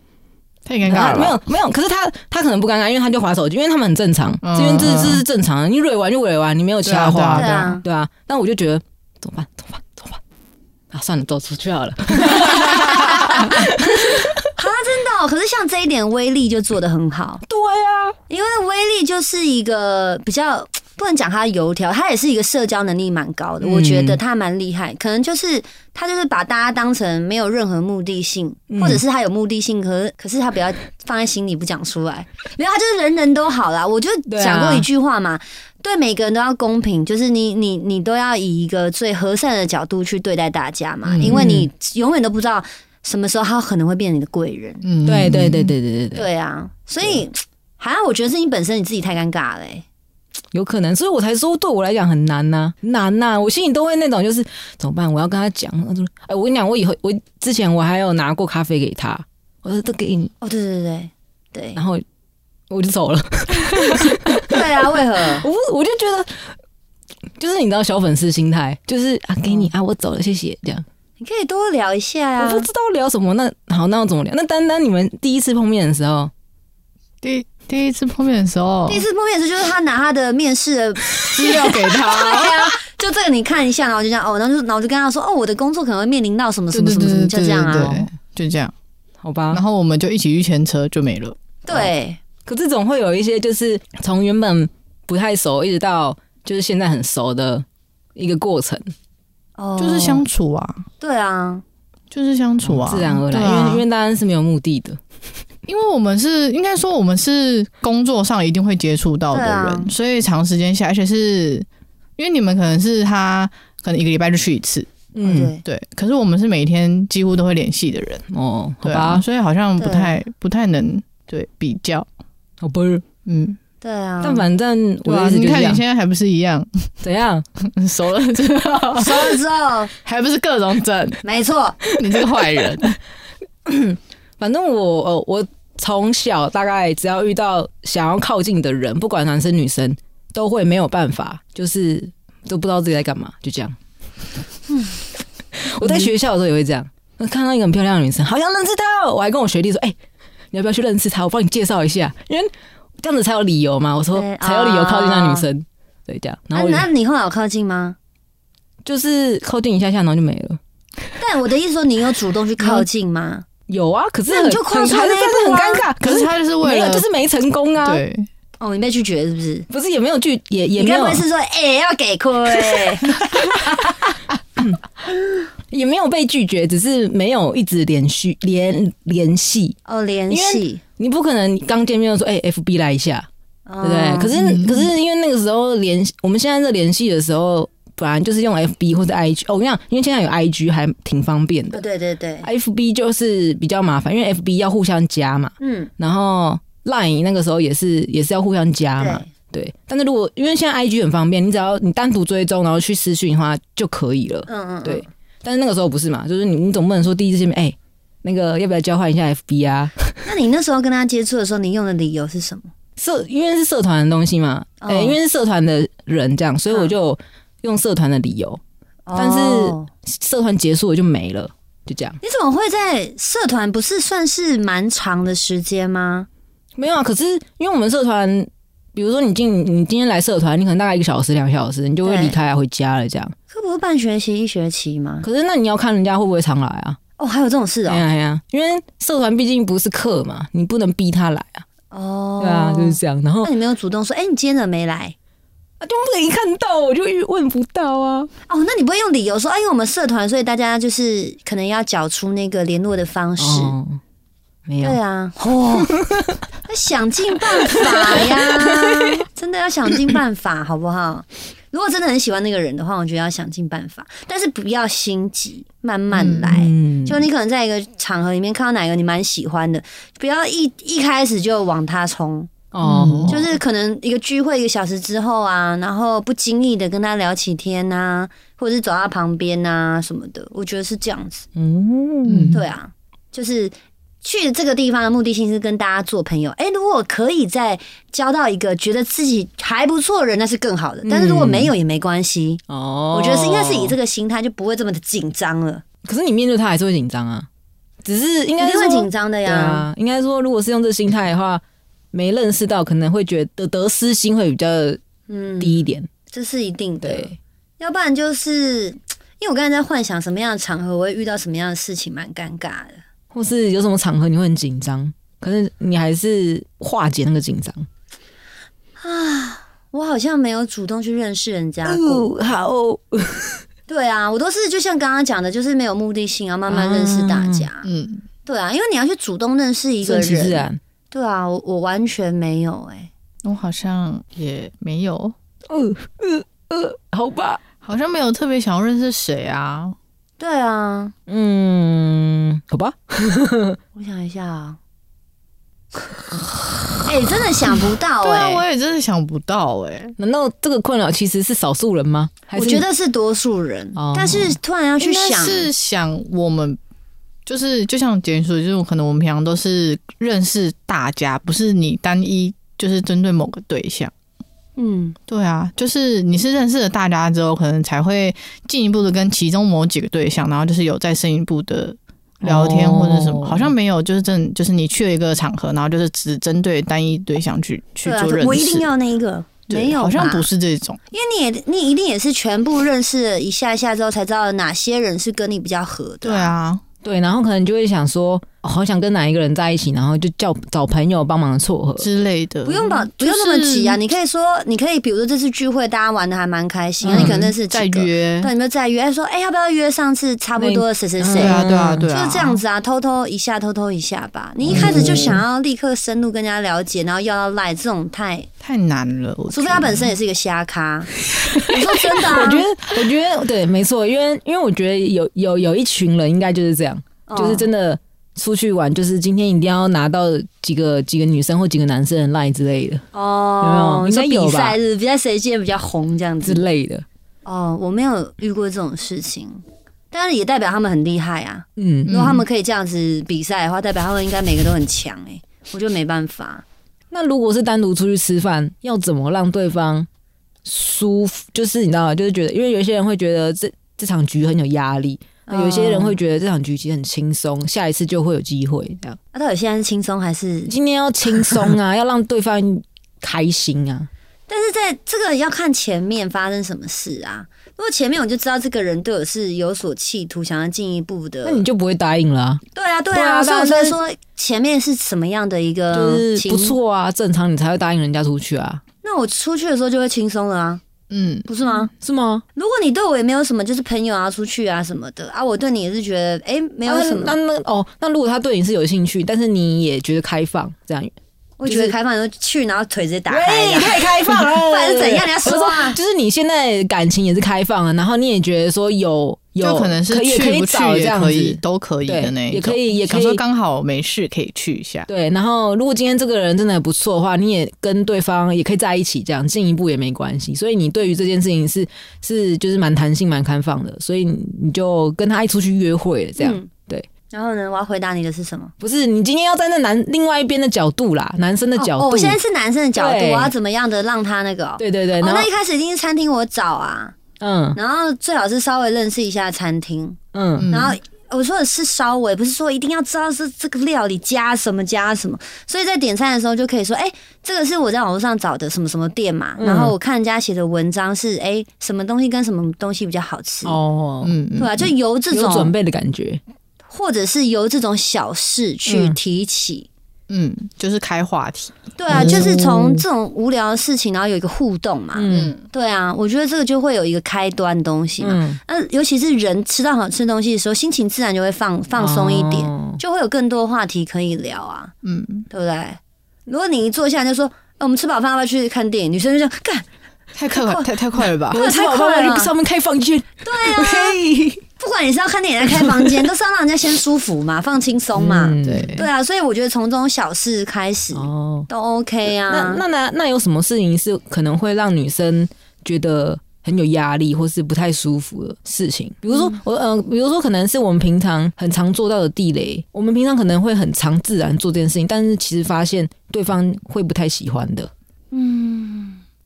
[SPEAKER 2] 太尴尬
[SPEAKER 3] 然
[SPEAKER 2] 了
[SPEAKER 3] 后没
[SPEAKER 2] 吧。
[SPEAKER 3] 有没有，可是他他可能不尴尬，因为他就划手机，因为他们很正常，
[SPEAKER 2] 嗯
[SPEAKER 3] 这边这
[SPEAKER 2] 嗯
[SPEAKER 3] 这是正常的，你蕊完就蕊完，你没有其他
[SPEAKER 2] 对啊
[SPEAKER 3] 话
[SPEAKER 2] 好，
[SPEAKER 1] 对
[SPEAKER 2] 的
[SPEAKER 1] 啊。
[SPEAKER 3] 对啊，但我就觉得怎么办？怎么办？怎么办？啊，算了，走出去好了。
[SPEAKER 1] 真的哦、可是像这一点威力就做得很好，
[SPEAKER 3] 对啊，
[SPEAKER 1] 因为威力就是一个比较不能讲他油条，他也是一个社交能力蛮高的，
[SPEAKER 3] 嗯
[SPEAKER 1] 我觉得他蛮厉害。可能就是他就是把大家当成没有任何目的性，
[SPEAKER 3] 嗯
[SPEAKER 1] 或者是他有目的性，可可是他不要放在心里不讲出来。没有，他就是人人都好啦。我就
[SPEAKER 3] 对啊
[SPEAKER 1] 讲过一句话嘛。对每个人都要公平，就是你你你都要以一个最和善的角度去对待大家嘛，
[SPEAKER 2] 嗯
[SPEAKER 1] 因为你永远都不知道什么时候他可能会变成你的贵人。
[SPEAKER 2] 嗯
[SPEAKER 3] 对对对，对对对对，
[SPEAKER 1] 对啊，所以好像我觉得是你本身你自己太尴尬了、欸。
[SPEAKER 3] 有可能，所以我才说对我来讲很难呐、很难呐、我心里都会那种就是怎么办？我要跟他讲，他说哎，我跟你讲，我以后我之前我还有拿过咖啡给他，我说这给你，
[SPEAKER 1] 哦，对对对对
[SPEAKER 3] 然后我就走了。
[SPEAKER 1] 对 <laughs> 对啊，为何？
[SPEAKER 3] 我不我就觉得，就是你知道小粉丝心态，就是啊给你啊，我走了，谢谢这样。
[SPEAKER 1] 你可以多聊一下呀、
[SPEAKER 3] 我不知道聊什么，那好，那要怎么聊？那丹丹，你们第一次碰面的时候，
[SPEAKER 2] 第第一次碰面的时候
[SPEAKER 1] 第一，次碰面时，就是他拿他的面试的
[SPEAKER 2] 资料给 <laughs>
[SPEAKER 1] 对
[SPEAKER 2] 他，
[SPEAKER 1] 啊，就这个你看一下，然后就这样哦，然后就然后我就跟他说哦，我的工作可能会面临到什么什么什么什么，就这样
[SPEAKER 2] 对，
[SPEAKER 1] 啊
[SPEAKER 2] 对，对就这样。
[SPEAKER 3] 好吧
[SPEAKER 2] 然，后我们就一起去牵车，就没了。
[SPEAKER 1] 对
[SPEAKER 3] 可是总会有一些就是从原本不太熟，一直到就是现在很熟的一个过程，
[SPEAKER 1] 哦，
[SPEAKER 2] 就是相处啊，
[SPEAKER 1] 对啊，
[SPEAKER 2] 就是相处啊，
[SPEAKER 3] 哦自然而然，
[SPEAKER 2] 对啊
[SPEAKER 3] 因为因为丹丹是没有目的的，
[SPEAKER 2] 因为我们是应该说我们是工作上一定会接触到的人，
[SPEAKER 1] 对啊
[SPEAKER 2] 所以长时间下，而且是因为你们可能是他可能一个礼拜就去一次，
[SPEAKER 3] 嗯
[SPEAKER 1] 啊哦对，
[SPEAKER 2] 对，可是我们是每天几乎都会联系的人，
[SPEAKER 3] 哦，好
[SPEAKER 2] 对
[SPEAKER 3] 吧
[SPEAKER 2] 啊，，所以好像不太不太能对比较，
[SPEAKER 3] 好吧，
[SPEAKER 2] 嗯，
[SPEAKER 1] 对啊，
[SPEAKER 3] 但反正我
[SPEAKER 2] 对啊，
[SPEAKER 3] 的意思
[SPEAKER 2] 你
[SPEAKER 3] 就是
[SPEAKER 2] 看
[SPEAKER 3] 这
[SPEAKER 2] 你
[SPEAKER 3] 样，
[SPEAKER 2] 现在还不是一样 <laughs>
[SPEAKER 3] 怎样？
[SPEAKER 2] 熟了 <laughs> 之后，
[SPEAKER 1] 熟了之后，
[SPEAKER 2] 还不是各种整，
[SPEAKER 1] 没错，
[SPEAKER 2] 你这个坏
[SPEAKER 3] <laughs>
[SPEAKER 2] 人，
[SPEAKER 3] 反正我呃，我从小大概只要遇到想要靠近的人，不管男生女生，都会没有办法，就是都不知道自己在干嘛，就这样。
[SPEAKER 2] 嗯
[SPEAKER 3] <laughs> 我在学校的时候也会这样，那看到一个很漂亮的女生，好想认识她哦，我还跟我学弟说，哎、你要不要去认识她？我帮你介绍一下，因为这样子才有理由嘛。我说
[SPEAKER 1] 对啊
[SPEAKER 3] 才有理由靠近那
[SPEAKER 1] 哦
[SPEAKER 3] 女生，对，这样，
[SPEAKER 1] 那
[SPEAKER 3] 然后我就
[SPEAKER 1] 那你后来有靠近吗？
[SPEAKER 3] 就是靠近一下下，然后就没了。
[SPEAKER 1] 但我的意思说，你有主动去靠近吗？
[SPEAKER 3] 有啊，可是
[SPEAKER 1] 那你
[SPEAKER 3] 很
[SPEAKER 1] 就跨
[SPEAKER 3] 很
[SPEAKER 1] 出
[SPEAKER 3] 还是
[SPEAKER 1] 那一
[SPEAKER 3] 但是
[SPEAKER 1] 步
[SPEAKER 3] 很
[SPEAKER 1] 啊
[SPEAKER 3] 尴尬，
[SPEAKER 2] 可是他就是
[SPEAKER 3] 没
[SPEAKER 2] 为
[SPEAKER 3] 有，
[SPEAKER 2] 了
[SPEAKER 3] 就是没成功啊。
[SPEAKER 2] 对，
[SPEAKER 1] 哦，你被拒绝了是不是？
[SPEAKER 3] 不是也没有拒，也也
[SPEAKER 1] 你
[SPEAKER 3] 没
[SPEAKER 1] 该不
[SPEAKER 3] 有
[SPEAKER 1] 会，是说，哎、要给
[SPEAKER 3] <laughs>
[SPEAKER 1] 亏、
[SPEAKER 3] 也没有被拒绝，只是没有一直连续联联系。
[SPEAKER 1] 哦，联系，
[SPEAKER 3] 你不可能刚见面就说，哎、f b 来一下，
[SPEAKER 1] 对
[SPEAKER 3] 对不对？可是可是因为那个时候联，我们现在在联系的时候，本来就是用 FB 或者 IG。哦，我跟你讲，因为现在有 IG 还挺方便的
[SPEAKER 1] 哦，对对对，
[SPEAKER 3] ，FB 就是比较麻烦，因为 FB 要互相加嘛，
[SPEAKER 1] 嗯，
[SPEAKER 3] 然后 Line 那个时候也是也是要互相加嘛。
[SPEAKER 1] 对，
[SPEAKER 3] 对，但是如果因为现在 I G 很方便，你只要你单独追踪，然后去私讯的话就可以了。
[SPEAKER 1] 嗯嗯，
[SPEAKER 3] 对，但是那个时候不是嘛，就是你你总不能说第一次见面，哎、那个要不要交换一下 F B 啊？
[SPEAKER 1] 嗯。那你那时候跟他接触的时候，你用的理由是什么？
[SPEAKER 3] 社因为是社团的东西嘛，
[SPEAKER 1] 哦
[SPEAKER 3] 哎、因为是社团的人这样，所以我就用社团的理由，但是
[SPEAKER 1] 哦
[SPEAKER 3] 社团结束了就没了，就这样。
[SPEAKER 1] 你怎么会在社团？不是算是蛮长的时间吗？
[SPEAKER 3] 没有啊，可是因为我们社团，比如说你今你今天来社团，你可能大概一个小时、两个小时，你就会
[SPEAKER 1] 对
[SPEAKER 3] 离开啊，回家了这样。嗯
[SPEAKER 1] 可不是半学期、一学期吗？
[SPEAKER 3] 可是那你要看人家会不会常来啊？
[SPEAKER 1] 哦，还有这种事
[SPEAKER 3] 哎
[SPEAKER 1] 哦。
[SPEAKER 3] 呀哎呀，因为社团毕竟不是课嘛，啊你不能逼他来啊。
[SPEAKER 1] 哦，
[SPEAKER 3] 对啊，就是这样。然后
[SPEAKER 1] 那你没有主动说，哎、你今天怎么没来？
[SPEAKER 3] 啊，就不能一看到我就问不到啊。
[SPEAKER 1] 哦，那你不会用理由说，哎，因为我们社团，所以大家就是可能要找出那个联络的方式。
[SPEAKER 3] 哦，没有
[SPEAKER 1] 对，啊，哦， <laughs> 那想尽办法
[SPEAKER 3] <laughs>
[SPEAKER 1] 呀，真的要想尽办法，好不好？如果真的很喜欢那个人的话，我觉得要想尽办法，但是不要心急，慢慢来。
[SPEAKER 3] 嗯，
[SPEAKER 1] 就你可能在一个场合里面看到哪个你蛮喜欢的，不要一一开始就往他冲，
[SPEAKER 3] 哦，
[SPEAKER 1] 就是可能一个聚会一个小时之后啊，然后不经意的跟他聊起天呐、或者是走到他旁边呐、什么的，我觉得是这样子。
[SPEAKER 3] 嗯，
[SPEAKER 1] 对啊，就是去这个地方的目的性是跟大家做朋友。诶，如果可以再交到一个觉得自己还不错的人，那是更好的。但是如果没有也没关系，
[SPEAKER 3] 嗯哦
[SPEAKER 1] 我觉得是应该是以这个心态，就不会这么的紧张了。
[SPEAKER 3] 可是你面对他还是会紧张啊，只是应
[SPEAKER 1] 一
[SPEAKER 3] 该
[SPEAKER 1] 定会
[SPEAKER 3] 说
[SPEAKER 1] 紧张的
[SPEAKER 3] 对
[SPEAKER 1] 呀。
[SPEAKER 3] 啊，应该说如果是用这心态的话，没认识到可能会觉得得失心会比较
[SPEAKER 1] 嗯，
[SPEAKER 3] 低一点。
[SPEAKER 1] 这是一定的。
[SPEAKER 3] 对，
[SPEAKER 1] 要不然就是因为我刚才在幻想什么样的场合我会遇到什么样的事情，蛮尴尬的。
[SPEAKER 3] 或是有什么场合你会很紧张，可是你还是化解那个紧张。
[SPEAKER 1] 我好像没有主动去认识人家过。
[SPEAKER 3] 哦，好哦，
[SPEAKER 1] 对啊，我都是就像刚刚讲的，就是没有目的性，要啊慢慢认识大家。
[SPEAKER 2] 嗯，
[SPEAKER 1] 对啊，因为你要去主动认识一个
[SPEAKER 3] 顺其自
[SPEAKER 1] 人。
[SPEAKER 3] 然。
[SPEAKER 1] 对啊，我我完全没有哎、
[SPEAKER 2] 我好像也没有，
[SPEAKER 3] 嗯嗯嗯，好吧。
[SPEAKER 2] 好像没有特别想要认识谁啊。
[SPEAKER 1] 对啊，
[SPEAKER 3] 嗯，好吧。
[SPEAKER 1] 我想一下啊。 <laughs> 哎、真的想不
[SPEAKER 3] 哦
[SPEAKER 1] 到
[SPEAKER 2] <laughs> 对啊，
[SPEAKER 1] 哎、
[SPEAKER 2] 我也真的想不到哎、
[SPEAKER 3] 难道这个困扰其实是少数人吗？
[SPEAKER 1] 嗯
[SPEAKER 3] 还
[SPEAKER 1] 我
[SPEAKER 3] 是
[SPEAKER 1] 觉得是多数人，
[SPEAKER 3] 哦
[SPEAKER 1] 但是突然要去
[SPEAKER 2] 应该
[SPEAKER 1] 想，
[SPEAKER 2] 是想我们就是就像简说的，就是可能我们平常都是认识大家，不是你单一就是针对某个对象。
[SPEAKER 1] 嗯，
[SPEAKER 2] 对啊，就是你是认识了大家之后，可能才会进一步的跟其中某几个对象，然后就是有再深一步的聊天
[SPEAKER 3] 哦
[SPEAKER 2] 或者什么，好像没有，就是真就是你去了一个场合，然后就是只针对单一对象去去
[SPEAKER 1] 对啊
[SPEAKER 2] 做认识，，
[SPEAKER 1] 我一定要那一个，
[SPEAKER 2] 对
[SPEAKER 1] 没有吧，
[SPEAKER 2] 好像不是这种，
[SPEAKER 1] 因为你也你一定也是全部认识了一下下之后，才知道哪些人是跟你比较合的。
[SPEAKER 2] 对，啊，
[SPEAKER 3] 对，然后可能就会想说，哦好想跟哪一个人在一起，然后就叫找朋友帮忙撮合。
[SPEAKER 2] 之类的，
[SPEAKER 1] 啊不用把不
[SPEAKER 2] 嗯就是
[SPEAKER 1] 用那么急啊，你可以说，你可以比如说这次聚会大家玩的还蛮开心，
[SPEAKER 3] 嗯
[SPEAKER 1] 那、你可能认识
[SPEAKER 2] 再
[SPEAKER 1] 几个，
[SPEAKER 2] 约，
[SPEAKER 1] 对，你们再约哎说，哎、要不要约上次差不多的谁谁谁？
[SPEAKER 2] 对
[SPEAKER 3] 嗯
[SPEAKER 2] 啊，对啊，对啊，
[SPEAKER 1] 就这样子啊，偷偷一下，偷偷一下吧。你一开始就想要立刻深入跟人家了解，然后要到赖这种太，
[SPEAKER 2] 太难了，我
[SPEAKER 1] 除非他本身也是一个瞎咖。我说真的、啊，
[SPEAKER 3] 我觉得，我觉得对，没错，因为因为我觉得有有有一群人应该就是这样，
[SPEAKER 1] 得
[SPEAKER 3] 就是真的出去玩，就是今天一定要拿到几个几个女生或几个男生的 line 之类的
[SPEAKER 1] 哦，
[SPEAKER 3] 有没有应该
[SPEAKER 1] 你说
[SPEAKER 3] 有吧
[SPEAKER 1] 比赛日，比赛谁今天比较红这样
[SPEAKER 3] 之
[SPEAKER 1] 子。
[SPEAKER 3] 类的。
[SPEAKER 1] 哦，我没有遇过这种事情，但是也代表他们很厉害啊。
[SPEAKER 3] 嗯，
[SPEAKER 1] 如果他们可以这样子比赛的话，代表他们应该每个都很强哎、我就没办法。
[SPEAKER 3] 那如果是单独出去吃饭，要怎么让对方舒服？就是你知道吗？就是觉得，因为有些人会觉得这这场局很有压力，那有些人会
[SPEAKER 1] 哦，
[SPEAKER 3] 觉得这场局其实很轻松，下一次就会有机会。这样，
[SPEAKER 1] 啊那、到底现在是轻松还是？
[SPEAKER 3] 嗯今天要轻松啊，要让对方开心啊。
[SPEAKER 1] 但是在这个要看前面发生什么事啊。如果前面我就知道这个人对我是有所企图，想要进一步的
[SPEAKER 3] 那，你就不会答应了、
[SPEAKER 1] 对啊，对
[SPEAKER 3] 对
[SPEAKER 1] 啊，
[SPEAKER 3] 啊
[SPEAKER 1] 所以我
[SPEAKER 3] 当
[SPEAKER 1] 才
[SPEAKER 3] 然是
[SPEAKER 1] 说前面是什么样的一
[SPEAKER 3] 啊，
[SPEAKER 1] 个
[SPEAKER 3] 就是
[SPEAKER 1] 情
[SPEAKER 3] 不。错啊，正常你才会答应人家出去啊，
[SPEAKER 1] 那我出去的时候就会轻松了啊，
[SPEAKER 2] 嗯，
[SPEAKER 1] 不是吗？
[SPEAKER 3] 是吗？
[SPEAKER 1] 如果你对我也没有什么，就是朋友啊、出去啊什么的啊，我对你也是觉得哎、诶没有什么，
[SPEAKER 3] 啊那那哦，那如果他对你是有兴趣，但是你也觉得开放，这样
[SPEAKER 1] 我觉得
[SPEAKER 3] 就是
[SPEAKER 1] 开放就去，然后腿直接打开这样，
[SPEAKER 3] 太开放了，
[SPEAKER 1] <laughs> 不然是怎样？你要说啊，
[SPEAKER 3] 就是你现在感情也是开放的，然后你也觉得说有有，
[SPEAKER 2] 就可能是
[SPEAKER 3] 以也可
[SPEAKER 2] 去
[SPEAKER 3] 以
[SPEAKER 2] 不去
[SPEAKER 3] 找这
[SPEAKER 2] 也
[SPEAKER 3] 样
[SPEAKER 2] 可以，
[SPEAKER 3] 子，
[SPEAKER 2] 都可以的
[SPEAKER 3] 对，
[SPEAKER 2] 那一
[SPEAKER 3] 也可
[SPEAKER 2] 种。
[SPEAKER 3] 以也可
[SPEAKER 2] 想说
[SPEAKER 3] 以。
[SPEAKER 2] 刚好没事可以去一下，
[SPEAKER 3] 对，然后如果今天这个人真的不错的话，你也跟对方也可以在一起，这样进一步也没关系。所以你对于这件事情是是就是蛮弹性、蛮开放的，所以你就跟他一出去约会了这样。
[SPEAKER 1] 嗯
[SPEAKER 3] 对。
[SPEAKER 1] 然后呢，我要回答你的是什么？
[SPEAKER 3] 不是你今天要站在男另外一边的角度啦，男生的角度。
[SPEAKER 1] 哦，我现在是男生的角度，
[SPEAKER 3] 对
[SPEAKER 1] 我要怎么样的让他那个哦？
[SPEAKER 3] 对对对，
[SPEAKER 1] 哦，
[SPEAKER 3] 然后
[SPEAKER 1] 那一开始一定是餐厅我找啊，
[SPEAKER 3] 嗯
[SPEAKER 1] 然后最好是稍微认识一下餐厅，
[SPEAKER 3] 嗯
[SPEAKER 2] 嗯
[SPEAKER 1] 然后。我说的是稍微，不是说一定要知道是这个料理加什么加什么，所以在点餐的时候就可以说，哎、这个是我在网络上找的什么什么店嘛，
[SPEAKER 3] 嗯
[SPEAKER 1] 然后我看人家写的文章是，哎、什么东西跟什么东西比较好吃，
[SPEAKER 3] 哦，
[SPEAKER 2] 嗯，嗯
[SPEAKER 1] 对啊，就由这
[SPEAKER 3] 有
[SPEAKER 1] 种
[SPEAKER 3] 准备的感觉，
[SPEAKER 1] 或者是由这种小事去
[SPEAKER 3] 嗯
[SPEAKER 1] 提起。
[SPEAKER 2] 嗯，就是开话题，
[SPEAKER 1] 对啊，
[SPEAKER 3] 哦
[SPEAKER 1] 就是从这种无聊的事情，然后有一个互动嘛。
[SPEAKER 3] 嗯
[SPEAKER 2] 嗯
[SPEAKER 1] 对啊，我觉得这个就会有一个开端的东西嘛。
[SPEAKER 3] 嗯，
[SPEAKER 1] 那、尤其是人吃到好吃的东西的时候，心情自然就会放放松一点，
[SPEAKER 3] 哦
[SPEAKER 1] 就会有更多话题可以聊啊，
[SPEAKER 2] 嗯，
[SPEAKER 1] 对不对？如果你一坐下来就说，哎，我们吃饱饭要不要去看电影？女生就想干，
[SPEAKER 2] 太快太太快了吧
[SPEAKER 1] 对？
[SPEAKER 3] 我
[SPEAKER 1] 太
[SPEAKER 3] 太
[SPEAKER 1] 快
[SPEAKER 3] 快
[SPEAKER 1] 了
[SPEAKER 3] 了，上面开房间，对啊，
[SPEAKER 1] 不管你是要看电影还是开房间，都是要让人家先舒服嘛，放轻松嘛。
[SPEAKER 3] 嗯
[SPEAKER 2] 对，
[SPEAKER 1] 对啊，所以我觉得从这种小事开始、
[SPEAKER 3] 哦，
[SPEAKER 1] 都 OK 啊。
[SPEAKER 3] 那那那那有什么事情是可能会让女生觉得很有压力，或是不太舒服的事情？比如说、
[SPEAKER 1] 嗯
[SPEAKER 3] 我呃，比如说可能是我们平常很常做到的地雷，我们平常可能会很常自然做这件事情，但是其实发现对方会不太喜欢的。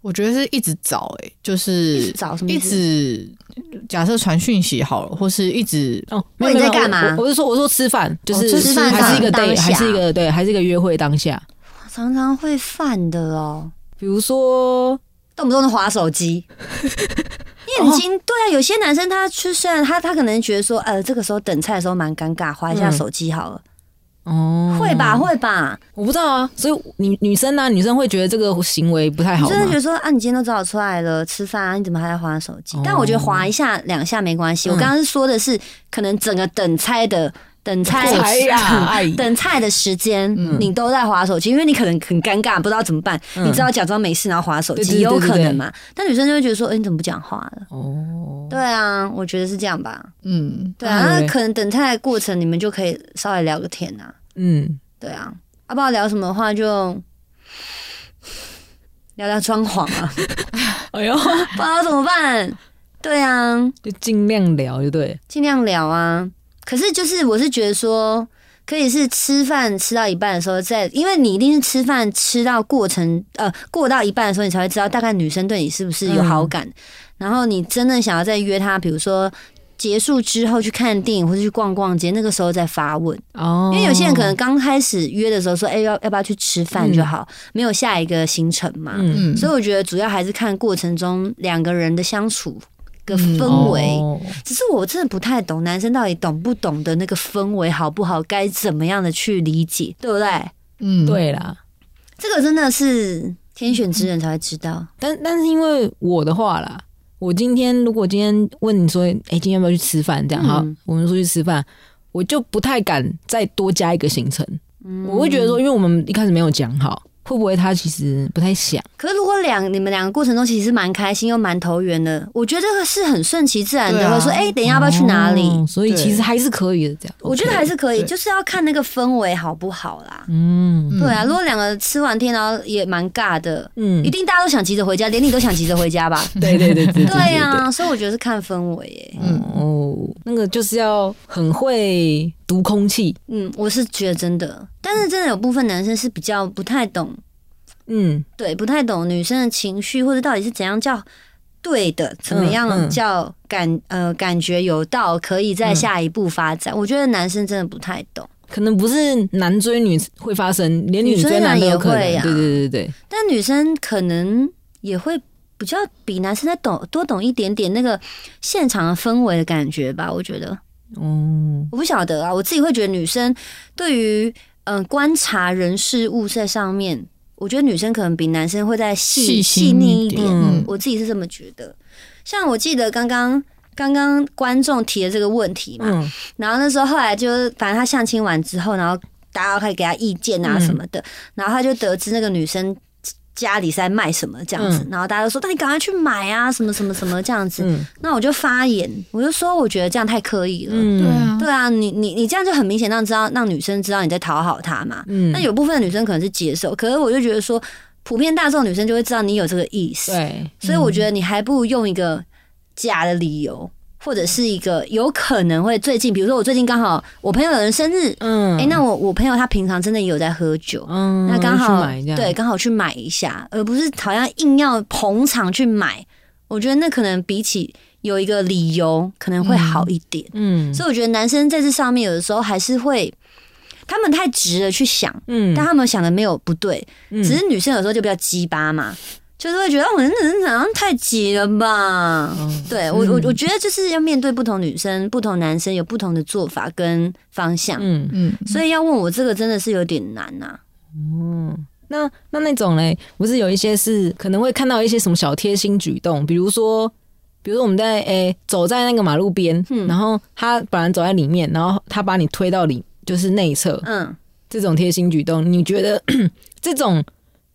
[SPEAKER 2] 我觉得是一直找，哎，就是
[SPEAKER 1] 找什么
[SPEAKER 2] 一
[SPEAKER 1] 意思
[SPEAKER 2] 直假设传讯息好了，或是一直
[SPEAKER 3] 哦，
[SPEAKER 1] 问你在干嘛
[SPEAKER 3] 没有我我是说，我说吃饭，就
[SPEAKER 2] 哦
[SPEAKER 3] 是、
[SPEAKER 2] 吃饭
[SPEAKER 3] 还是一个
[SPEAKER 1] 当
[SPEAKER 3] day，
[SPEAKER 1] 下
[SPEAKER 3] 还是一个对，还是一个约会当下。
[SPEAKER 1] 常常会犯的哦，
[SPEAKER 3] 比如说，
[SPEAKER 1] 动不动就划手
[SPEAKER 3] <laughs>
[SPEAKER 1] 机。眼睛对啊，有些男生他去，虽然他他可能觉得说，呃，这个时候等菜的时候蛮尴尬，划一下
[SPEAKER 3] 嗯
[SPEAKER 1] 手机好了，
[SPEAKER 3] 哦，
[SPEAKER 1] 会吧会吧，
[SPEAKER 3] 我不知道啊，所以女女生呢、女生会觉得这个行为不太
[SPEAKER 1] 你
[SPEAKER 3] 好
[SPEAKER 1] 真的觉
[SPEAKER 3] 吗？
[SPEAKER 1] 得说啊，你今天都早出来了，吃饭啊，你怎么还在划手机
[SPEAKER 3] 哦？
[SPEAKER 1] 但我觉得划一下两下没关系，我
[SPEAKER 3] 嗯
[SPEAKER 1] 刚刚说的是可能整个等菜的等菜
[SPEAKER 3] <laughs> 哎呀，哎，
[SPEAKER 1] 等菜的时间，你都在划手机，因为你可能很尴尬，不知道怎么办，
[SPEAKER 3] 嗯
[SPEAKER 1] 你只好假装没事，然后划手
[SPEAKER 3] 对
[SPEAKER 1] 机，
[SPEAKER 3] 对对
[SPEAKER 1] 有
[SPEAKER 3] 对
[SPEAKER 1] 可
[SPEAKER 3] 对
[SPEAKER 1] 能嘛？但女生就会觉得说，哎，你怎么不讲话了？
[SPEAKER 3] 哦，
[SPEAKER 1] 对啊，我觉得是这样吧。
[SPEAKER 2] 嗯，
[SPEAKER 1] 对啊，
[SPEAKER 3] 那你
[SPEAKER 1] 那
[SPEAKER 3] 嘞
[SPEAKER 1] 可能等待的过程，你们就可以稍微聊个天呐、啊。
[SPEAKER 3] 嗯，
[SPEAKER 1] 对啊，啊，不知道聊什么的话就， <sighs> 聊聊装潢啊， <laughs>
[SPEAKER 3] 哎呦，
[SPEAKER 1] 不知道怎么办。对啊，
[SPEAKER 3] 就尽量聊，就对，
[SPEAKER 1] 尽量聊啊。可是就是我是觉得说，可以是吃饭吃到一半的时候再，因为你一定是吃饭吃到过程呃过到一半的时候，你才会知道大概女生对你是不是有好感。然后你真的想要再约她，比如说结束之后去看电影或者去逛逛街，那个时候再发问。
[SPEAKER 3] 哦，
[SPEAKER 1] 因为有些人可能刚开始约的时候说，哎、要要不要去吃饭就好，没有下一个行程嘛。
[SPEAKER 3] 嗯
[SPEAKER 2] 嗯，
[SPEAKER 1] 所以我觉得主要还是看过程中两个人的相处个
[SPEAKER 2] 嗯
[SPEAKER 1] 氛围。
[SPEAKER 3] 哦
[SPEAKER 1] 只是我真的不太懂男生到底懂不懂得那个氛围好不好，该怎么样的去理解，对不对？
[SPEAKER 2] 嗯，
[SPEAKER 3] 对啦，
[SPEAKER 1] 这个真的是天选之人才会知道。
[SPEAKER 3] 但但是因为我的话啦，我今天如果今天问你说，哎、今天要不要去吃饭？这样好
[SPEAKER 1] 嗯，
[SPEAKER 3] 我们出去吃饭，我就不太敢再多加一个行程。
[SPEAKER 1] 嗯
[SPEAKER 3] 我会觉得说，因为我们一开始没有讲好，会不会他其实不太想？
[SPEAKER 1] 可是如果两你们两个过程中其实蛮开心又蛮投缘的，我觉得这个是很顺其自然
[SPEAKER 2] 对
[SPEAKER 1] 的，
[SPEAKER 2] 啊
[SPEAKER 1] 会说哎、等一下要不要去哪里？
[SPEAKER 3] 哦所以
[SPEAKER 2] 对
[SPEAKER 3] 其实还是可以的，这样。
[SPEAKER 1] 我觉得还
[SPEAKER 3] OK
[SPEAKER 1] 是可以，
[SPEAKER 2] 对
[SPEAKER 1] 就是要看那个氛围好不好啦。
[SPEAKER 3] 嗯
[SPEAKER 2] 嗯
[SPEAKER 1] 对啊，如果两个吃完天然后也蛮尬的，
[SPEAKER 3] 嗯
[SPEAKER 1] 一，定大家都想急着回家，连你都想急着回家吧？
[SPEAKER 3] <laughs> 对对对对对
[SPEAKER 1] 对啊呀，所以我觉得是看氛围耶。
[SPEAKER 2] 嗯
[SPEAKER 3] 哦，那个就是要很会读空气，
[SPEAKER 1] 嗯，我是觉得真的，但是真的有部分男生是比较不太懂，
[SPEAKER 3] 嗯，
[SPEAKER 1] 对，不太懂女生的情绪或者到底是怎样叫对的，怎么样
[SPEAKER 3] 嗯
[SPEAKER 1] 叫感呃感觉有到可以在
[SPEAKER 3] 嗯
[SPEAKER 1] 下一步发展。我觉得男生真的不太懂，
[SPEAKER 3] 可能不是男追女会发生，连女追男都有可能。
[SPEAKER 1] 女追男也会啊
[SPEAKER 3] 对对对对，
[SPEAKER 1] 但女生可能也会。比较比男生再懂多懂一点点那个现场的氛围的感觉吧，我觉得。
[SPEAKER 3] 哦，
[SPEAKER 1] 我不晓得啊，我自己会觉得女生对于嗯、呃观察人事物在上面，我觉得女生可能比男生会再细
[SPEAKER 2] 细心
[SPEAKER 1] 细腻一
[SPEAKER 2] 一
[SPEAKER 1] 点
[SPEAKER 2] 点。
[SPEAKER 3] 嗯
[SPEAKER 1] 我自己是这么觉得。像我记得刚刚刚刚观众提的这个问题嘛，
[SPEAKER 3] 嗯
[SPEAKER 1] 然后那时候后来就是反正他相亲完之后，然后大家开始给他意见啊
[SPEAKER 3] 嗯
[SPEAKER 1] 什么的，然后他就得知那个女生。家里是在卖什么这样子，然后大家都说，那你赶快去买啊，什么什么什么这样子。
[SPEAKER 3] 嗯
[SPEAKER 1] 那我就发言，我就说，我觉得这样太刻意了。
[SPEAKER 3] 嗯，
[SPEAKER 2] 对，啊，
[SPEAKER 1] 对啊，你你你这样就很明显让知道让女生知道你在讨好她嘛。
[SPEAKER 3] 嗯，
[SPEAKER 1] 那有部分的女生可能是接受，可是我就觉得说，普遍大众女生就会知道你有这个意思，
[SPEAKER 3] 对，嗯
[SPEAKER 1] 所以我觉得你还不如用一个假的理由，或者是一个有可能会最近，比如说我最近刚好我朋友有人生日，
[SPEAKER 3] 嗯，
[SPEAKER 1] 诶，那我我朋友他平常真的也有在喝酒，
[SPEAKER 3] 嗯，
[SPEAKER 1] 那刚
[SPEAKER 3] 去
[SPEAKER 1] 好
[SPEAKER 3] 买这样，
[SPEAKER 1] 对，刚好去买一下，而不是好像硬要捧场去买。我觉得那可能比起有一个理由可能会好一点。
[SPEAKER 3] 嗯
[SPEAKER 1] 所以我觉得男生在这上面有的时候还是会，他们太直了去想，
[SPEAKER 3] 嗯
[SPEAKER 1] 但他们想的没有不对，
[SPEAKER 3] 嗯
[SPEAKER 1] 只是女生有时候就比较鸡巴嘛，就是会觉得我们人好像太急了吧。对我我我觉得就是要面对不同女生、不同男生有不同的做法跟方向，
[SPEAKER 3] 嗯
[SPEAKER 2] 嗯，
[SPEAKER 1] 所以要问我这个真的是有点难呐、啊
[SPEAKER 3] 那那那种嘞，不是有一些是可能会看到一些什么小贴心举动，比如说，比如说我们在诶、走在那个马路边，
[SPEAKER 1] 嗯
[SPEAKER 3] 然后他本来走在里面，然后他把你推到里就是内侧，
[SPEAKER 1] 嗯，
[SPEAKER 3] 这种贴心举动，你觉得 <clears throat> 这种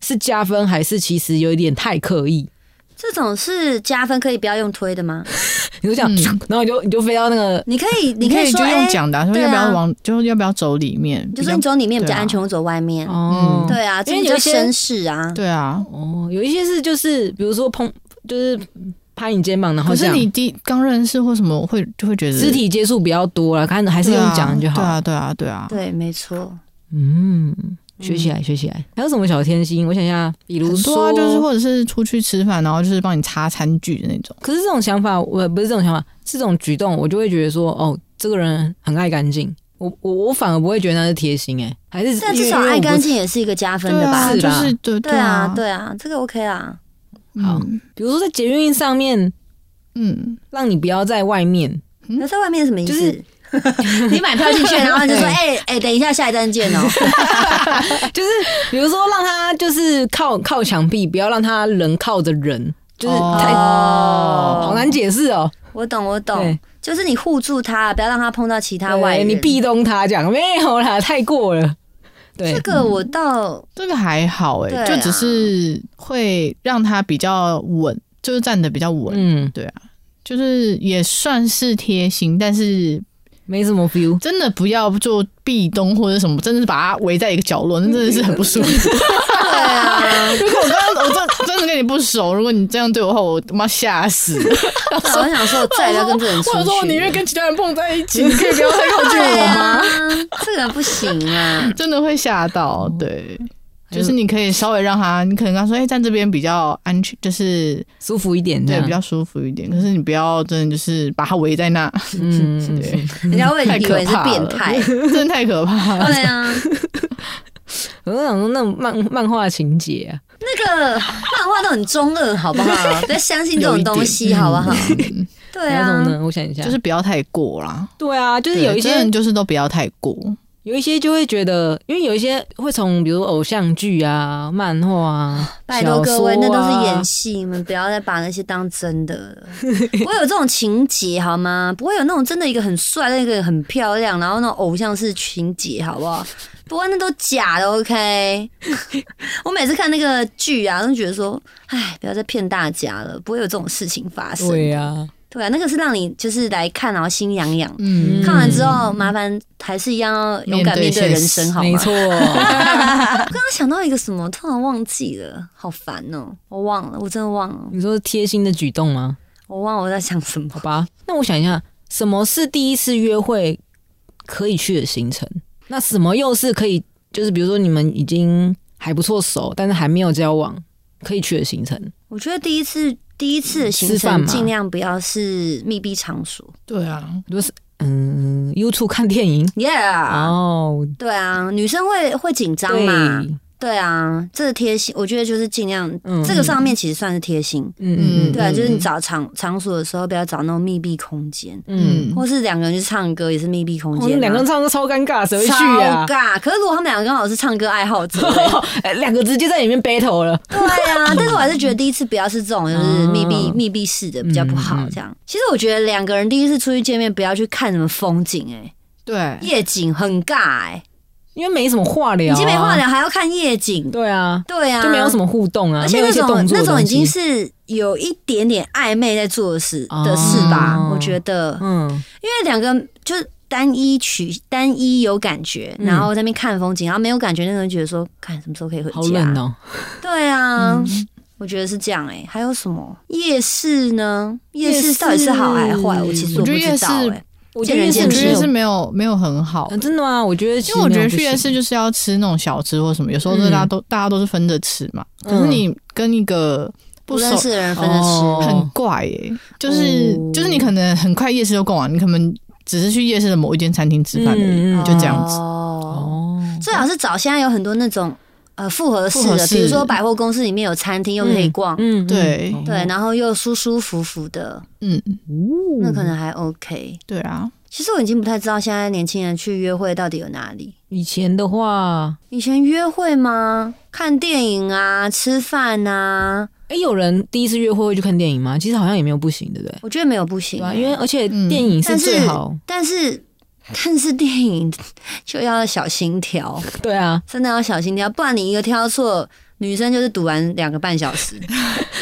[SPEAKER 3] 是加分还是其实有一点太刻意？
[SPEAKER 1] 这种是加分可以不要用推的吗？
[SPEAKER 3] 你就讲，
[SPEAKER 2] 嗯
[SPEAKER 3] 然后你就你就飞到那个，
[SPEAKER 1] 你可以
[SPEAKER 2] 你
[SPEAKER 1] 可以
[SPEAKER 2] 就
[SPEAKER 1] 说
[SPEAKER 2] 用
[SPEAKER 1] 哎，
[SPEAKER 2] 讲的啊，说
[SPEAKER 1] 对啊
[SPEAKER 2] 要不要往，就是要不要走里面，
[SPEAKER 1] 就
[SPEAKER 2] 比
[SPEAKER 1] 说
[SPEAKER 2] 较
[SPEAKER 1] 你走里面比较
[SPEAKER 2] 对啊
[SPEAKER 1] 安全，我走外面。
[SPEAKER 2] 嗯
[SPEAKER 3] 哦，
[SPEAKER 1] 对啊，
[SPEAKER 3] 因
[SPEAKER 1] 这
[SPEAKER 3] 为
[SPEAKER 1] 比
[SPEAKER 3] 有
[SPEAKER 1] 较
[SPEAKER 3] 一些
[SPEAKER 1] 绅士啊。
[SPEAKER 2] 对啊。
[SPEAKER 3] 哦，有一些是就是比如说碰，就是拍你肩膀，然后
[SPEAKER 2] 可
[SPEAKER 3] 这
[SPEAKER 2] 是
[SPEAKER 3] 样
[SPEAKER 2] 你第刚认识或什么会就会觉得
[SPEAKER 3] 肢体接触比较多了，看还是
[SPEAKER 2] 对啊
[SPEAKER 3] 用讲就好
[SPEAKER 2] 对。啊，对啊，对啊，
[SPEAKER 1] 对，没错。
[SPEAKER 3] 嗯，学起来，学起来。还有什么小贴心？我想一下，比如
[SPEAKER 2] 嗯很多
[SPEAKER 3] 说，
[SPEAKER 2] 啊，就是或者是出去吃饭，然后就是帮你擦餐具的那种。
[SPEAKER 3] 可是这种想法，我不是这种想法，是这种举动，我就会觉得说，哦，这个人很爱干净。我我我反而不会觉得那是贴心、欸，哎，还是
[SPEAKER 1] 但至少
[SPEAKER 3] 因为
[SPEAKER 1] 爱
[SPEAKER 3] 我不
[SPEAKER 1] 干净也是一个加分的吧？
[SPEAKER 2] 对啊
[SPEAKER 3] 是
[SPEAKER 2] 就
[SPEAKER 3] 啦
[SPEAKER 2] 是对
[SPEAKER 1] 对啊，对啊，这个 OK 啊。
[SPEAKER 3] 好
[SPEAKER 2] 嗯
[SPEAKER 3] 比如说在捷运上面，
[SPEAKER 2] 嗯，
[SPEAKER 3] 让你不要在外面，
[SPEAKER 1] 那在外面什么意
[SPEAKER 3] 就
[SPEAKER 1] 思？ <laughs> 你买票进去，然后你就 <laughs> 说：“哎哎，等一下，下一站见哦。
[SPEAKER 3] 就是比如说让他就是靠靠墙壁，不要让他人靠着人，就是
[SPEAKER 2] 哦
[SPEAKER 3] 太、”
[SPEAKER 1] 哦
[SPEAKER 3] 好难解释哦。
[SPEAKER 1] <laughs> 我懂，我懂
[SPEAKER 3] 对，
[SPEAKER 1] 就是你护住他，不要让他碰到其他外
[SPEAKER 3] 对
[SPEAKER 1] 人。
[SPEAKER 3] 你壁咚他讲没有啦，太过了。对
[SPEAKER 1] 这，个我倒
[SPEAKER 2] 这个还好哎、
[SPEAKER 1] 对啊
[SPEAKER 2] 就只是会让他比较稳，就是站得比较稳，
[SPEAKER 3] 嗯，
[SPEAKER 2] 就是也算是贴心，但是
[SPEAKER 3] 没什么 feel。
[SPEAKER 2] 真的不要做壁咚或者什么，真的是把它围在一个角落，
[SPEAKER 1] 嗯
[SPEAKER 2] 那真的是很不舒服。 <laughs>
[SPEAKER 1] 对啊，
[SPEAKER 2] 如果我刚刚我真真的跟你不熟，如果你这样对我的话，我他妈吓死。
[SPEAKER 1] 啊我想说，我再也不要跟这种人出
[SPEAKER 2] 或者说我宁愿
[SPEAKER 1] 去。
[SPEAKER 2] 跟其他人碰在一
[SPEAKER 3] <laughs>
[SPEAKER 2] 起，你可以不要太靠近
[SPEAKER 1] 对
[SPEAKER 2] 我
[SPEAKER 1] 啊
[SPEAKER 2] 吗？，
[SPEAKER 1] 这个不行啊。
[SPEAKER 2] 真的会吓到，对。就是你可以稍微让他，你可能跟他说，哎、站这边比较安全，就是
[SPEAKER 3] 舒服一点，
[SPEAKER 2] 对比较舒服一点。可是你不要真的就是把他围在那， <laughs>
[SPEAKER 3] 嗯，
[SPEAKER 2] 对，
[SPEAKER 1] 人家会
[SPEAKER 2] 太
[SPEAKER 1] 以
[SPEAKER 2] 可
[SPEAKER 1] 为是
[SPEAKER 2] 怕
[SPEAKER 1] 变
[SPEAKER 2] 了
[SPEAKER 1] 态。
[SPEAKER 2] 真的太可怕了。
[SPEAKER 1] 对啊，
[SPEAKER 3] 我就想说那种漫漫画情节啊，
[SPEAKER 1] 那个漫画都很中二，好不好？不要相信这
[SPEAKER 2] 有
[SPEAKER 1] 种
[SPEAKER 2] 一
[SPEAKER 1] 东
[SPEAKER 2] 点嗯
[SPEAKER 1] 西，好不好？对
[SPEAKER 3] 哪
[SPEAKER 1] 啊
[SPEAKER 3] 种，呢？我想一下，
[SPEAKER 2] 就是不要太过啦，
[SPEAKER 3] 对啊，就是有一些
[SPEAKER 2] 对真的就是都不要太过，
[SPEAKER 3] 有一些就会觉得，因为有一些会从比如偶像剧啊、漫画啊、
[SPEAKER 1] 拜托各位，
[SPEAKER 3] 小
[SPEAKER 1] 那
[SPEAKER 3] 说
[SPEAKER 1] 都
[SPEAKER 3] 啊
[SPEAKER 1] 是演戏，你们不要再把那些当真的了。 <laughs> 不会有这种情节好吗？不会有那种真的一个很帅，那个很漂亮，然后那种偶像式情节好不好？不过那都假的，OK。我每次看那个剧啊，都觉得说，哎，不要再骗大家了，不会有这种事情发生。
[SPEAKER 3] 对啊，
[SPEAKER 1] 对啊，那个是让你就是来看，然后心痒痒。
[SPEAKER 2] 嗯，
[SPEAKER 1] 看完之后，麻烦还是一样要勇敢面
[SPEAKER 2] 面对
[SPEAKER 1] 对人
[SPEAKER 2] 现
[SPEAKER 1] 生，
[SPEAKER 2] 实
[SPEAKER 1] 好吗？
[SPEAKER 3] 没错，
[SPEAKER 1] <laughs> 刚刚想到一个什么，突然忘记了，好烦哦、我忘了，我真的忘了，
[SPEAKER 3] 你说贴心的举动吗？
[SPEAKER 1] 我忘了我在想什么 <laughs>
[SPEAKER 3] 好。吧，那我想一下，什么是第一次约会可以去的行程？那什么又是可以，就是比如说你们已经还不错熟，但是还没有交往，可以去的行程？
[SPEAKER 1] 我觉得第一次第一次的行
[SPEAKER 3] 吃饭
[SPEAKER 1] 程
[SPEAKER 3] 嘛
[SPEAKER 1] 尽量不要是密闭场所
[SPEAKER 2] 对啊，
[SPEAKER 3] 就是嗯，YouTube 看电影
[SPEAKER 1] ，Yeah，、
[SPEAKER 3] 哦，
[SPEAKER 1] 啊对啊，女生会会紧张
[SPEAKER 3] 对，
[SPEAKER 1] 嘛，对啊，这个贴心，我觉得就是尽量、
[SPEAKER 3] 嗯
[SPEAKER 1] 这个上面其实算是贴心，
[SPEAKER 3] 嗯嗯，
[SPEAKER 1] 对啊，
[SPEAKER 2] 嗯
[SPEAKER 1] 就是你找场场所的时候不要找那种密闭空间，
[SPEAKER 3] 嗯，
[SPEAKER 1] 或是两个人去唱歌也是密闭空
[SPEAKER 3] 我
[SPEAKER 1] 间、啊，
[SPEAKER 3] 们哦两个人唱歌超尴尬，谁会去
[SPEAKER 1] 超
[SPEAKER 3] 啊？
[SPEAKER 1] 尬。可是如果他们两个刚好是唱歌爱好者，
[SPEAKER 3] <laughs> 哎两个直接在里面 battle 了，
[SPEAKER 1] 对啊，但是我还是觉得第一次不要是这种，就是密闭、
[SPEAKER 3] 嗯
[SPEAKER 1] 密闭式的比较不好。这样，其实我觉得两个人第一次出去见面，不要去看什么风景、
[SPEAKER 2] 对
[SPEAKER 1] 哎，，夜景很尬、哎，
[SPEAKER 3] 因为没什么话聊、
[SPEAKER 1] 已
[SPEAKER 3] 啊，
[SPEAKER 1] 经没话，聊，还要看夜景，
[SPEAKER 3] 对啊，
[SPEAKER 1] 对啊，
[SPEAKER 3] 就没有什么互动啊，
[SPEAKER 1] 而
[SPEAKER 3] 没
[SPEAKER 1] 且
[SPEAKER 3] 有
[SPEAKER 1] 那
[SPEAKER 3] 一些
[SPEAKER 1] 种
[SPEAKER 3] 动作
[SPEAKER 1] 那
[SPEAKER 3] 的
[SPEAKER 1] 种已
[SPEAKER 3] 东西
[SPEAKER 1] 经是有一点点暧昧在做的事
[SPEAKER 3] 哦
[SPEAKER 1] 的事吧，我觉得，
[SPEAKER 3] 嗯
[SPEAKER 1] 因为两个就是单一取单一有感觉，
[SPEAKER 3] 嗯
[SPEAKER 1] 然后在那边看风景，然后没有感觉，那个人觉得说，看什么时候可以回家？
[SPEAKER 3] 好冷哦、
[SPEAKER 1] 对啊，
[SPEAKER 2] 嗯
[SPEAKER 1] 我觉得是这样哎、还有什么夜市呢？夜
[SPEAKER 3] 夜
[SPEAKER 1] 市
[SPEAKER 3] 市
[SPEAKER 1] 到底是好还坏？我其实我不
[SPEAKER 2] 我觉得
[SPEAKER 1] 知
[SPEAKER 2] 夜
[SPEAKER 1] 道哎、
[SPEAKER 2] 市
[SPEAKER 3] 我
[SPEAKER 1] 见仁见
[SPEAKER 2] 我
[SPEAKER 1] 智
[SPEAKER 2] 觉得是
[SPEAKER 3] 没
[SPEAKER 2] 没有有没有很好
[SPEAKER 3] 有、啊，真的吗？我觉得其
[SPEAKER 2] 因
[SPEAKER 3] 实
[SPEAKER 2] 为我觉得去
[SPEAKER 3] 没有
[SPEAKER 2] 夜
[SPEAKER 3] 不
[SPEAKER 2] 市
[SPEAKER 3] 行嗯
[SPEAKER 2] 就是要
[SPEAKER 3] 嗯
[SPEAKER 2] 吃那种小吃或什么，有时候都是大家都、大家都是分着吃嘛。可是你跟一个
[SPEAKER 1] 不
[SPEAKER 2] 不熟哦
[SPEAKER 1] 认识的人分着吃。
[SPEAKER 2] 很怪耶、就是、
[SPEAKER 1] 哦
[SPEAKER 2] 就是你可能很快夜市就逛完，你可能只是去夜市的某一间餐厅吃饭而已，
[SPEAKER 3] 嗯嗯
[SPEAKER 2] 就这样子。
[SPEAKER 1] 哦，
[SPEAKER 3] 哦，
[SPEAKER 1] 最好是找现在有很多那种呃复合式
[SPEAKER 2] 复合
[SPEAKER 1] 的，
[SPEAKER 2] 式
[SPEAKER 1] 比如说百货公司里面有餐厅又可以逛，
[SPEAKER 3] 嗯，
[SPEAKER 2] 对
[SPEAKER 3] 嗯
[SPEAKER 1] 对，，然后又舒舒服服的，
[SPEAKER 2] 嗯，
[SPEAKER 3] 哦
[SPEAKER 1] 那可能还 OK。
[SPEAKER 2] 对啊，
[SPEAKER 1] 其实我已经不太知道现在年轻人去约会到底有哪里。
[SPEAKER 3] 以前的话，
[SPEAKER 1] 以前约会吗？看电影啊，吃饭啊，
[SPEAKER 3] 哎，有人第一次约会会去看电影吗？其实好像也没有不行，对不对？
[SPEAKER 1] 我觉得没有不行欸
[SPEAKER 2] 啊
[SPEAKER 3] 对、吧？因为而且电影是
[SPEAKER 1] 但是
[SPEAKER 3] 最好， <laughs>
[SPEAKER 1] 但是但是电影就要小心挑，
[SPEAKER 3] 对啊，
[SPEAKER 1] 真的要小心挑，不然你一个挑错，女生就是赌完两个半小
[SPEAKER 3] <laughs>
[SPEAKER 1] 时，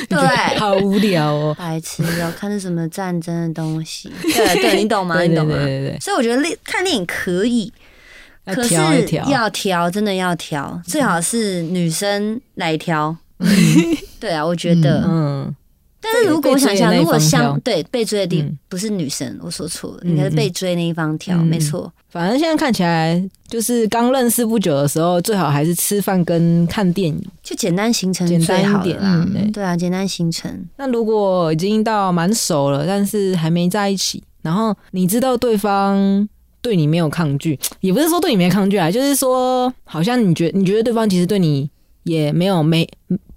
[SPEAKER 1] 对不对？。
[SPEAKER 3] 好无聊哦
[SPEAKER 1] 白痴要看是什么战争的东西，
[SPEAKER 3] <laughs>
[SPEAKER 1] 对对，你懂吗？
[SPEAKER 3] 对
[SPEAKER 1] 你
[SPEAKER 3] 对
[SPEAKER 1] 懂啊
[SPEAKER 3] 对
[SPEAKER 1] 吗？
[SPEAKER 3] 对
[SPEAKER 1] 所以我觉得看电影可以，
[SPEAKER 3] 对，
[SPEAKER 1] 可
[SPEAKER 3] 要
[SPEAKER 1] 是
[SPEAKER 3] 调一嗯调，
[SPEAKER 1] 要调，真的要调，最好是女生来
[SPEAKER 3] <laughs>
[SPEAKER 1] 调。对啊，我觉得，
[SPEAKER 3] 嗯，
[SPEAKER 1] 但是如果我想想，
[SPEAKER 3] 被追的那一方
[SPEAKER 1] 如果相
[SPEAKER 3] 挑
[SPEAKER 1] 对被追的地
[SPEAKER 3] 嗯
[SPEAKER 1] 不是女生，我说错了，
[SPEAKER 3] 嗯
[SPEAKER 1] 应该是被追那一方挑，
[SPEAKER 3] 嗯
[SPEAKER 1] 没错。
[SPEAKER 3] 反正现在看起来就是刚认识不久的时候，最好还是吃饭跟看电影
[SPEAKER 1] 就简单行程
[SPEAKER 3] 简单
[SPEAKER 1] 最好了
[SPEAKER 3] 一点
[SPEAKER 1] 啦。
[SPEAKER 3] 啦
[SPEAKER 2] 嗯。
[SPEAKER 3] 对
[SPEAKER 1] 对啊，简单行程，
[SPEAKER 3] 那如果已经到蛮熟了，但是还没在一起，然后你知道对方对你没有抗拒，也不是说对你没抗拒啊，就是说好像你觉你觉得对方其实对你也没有没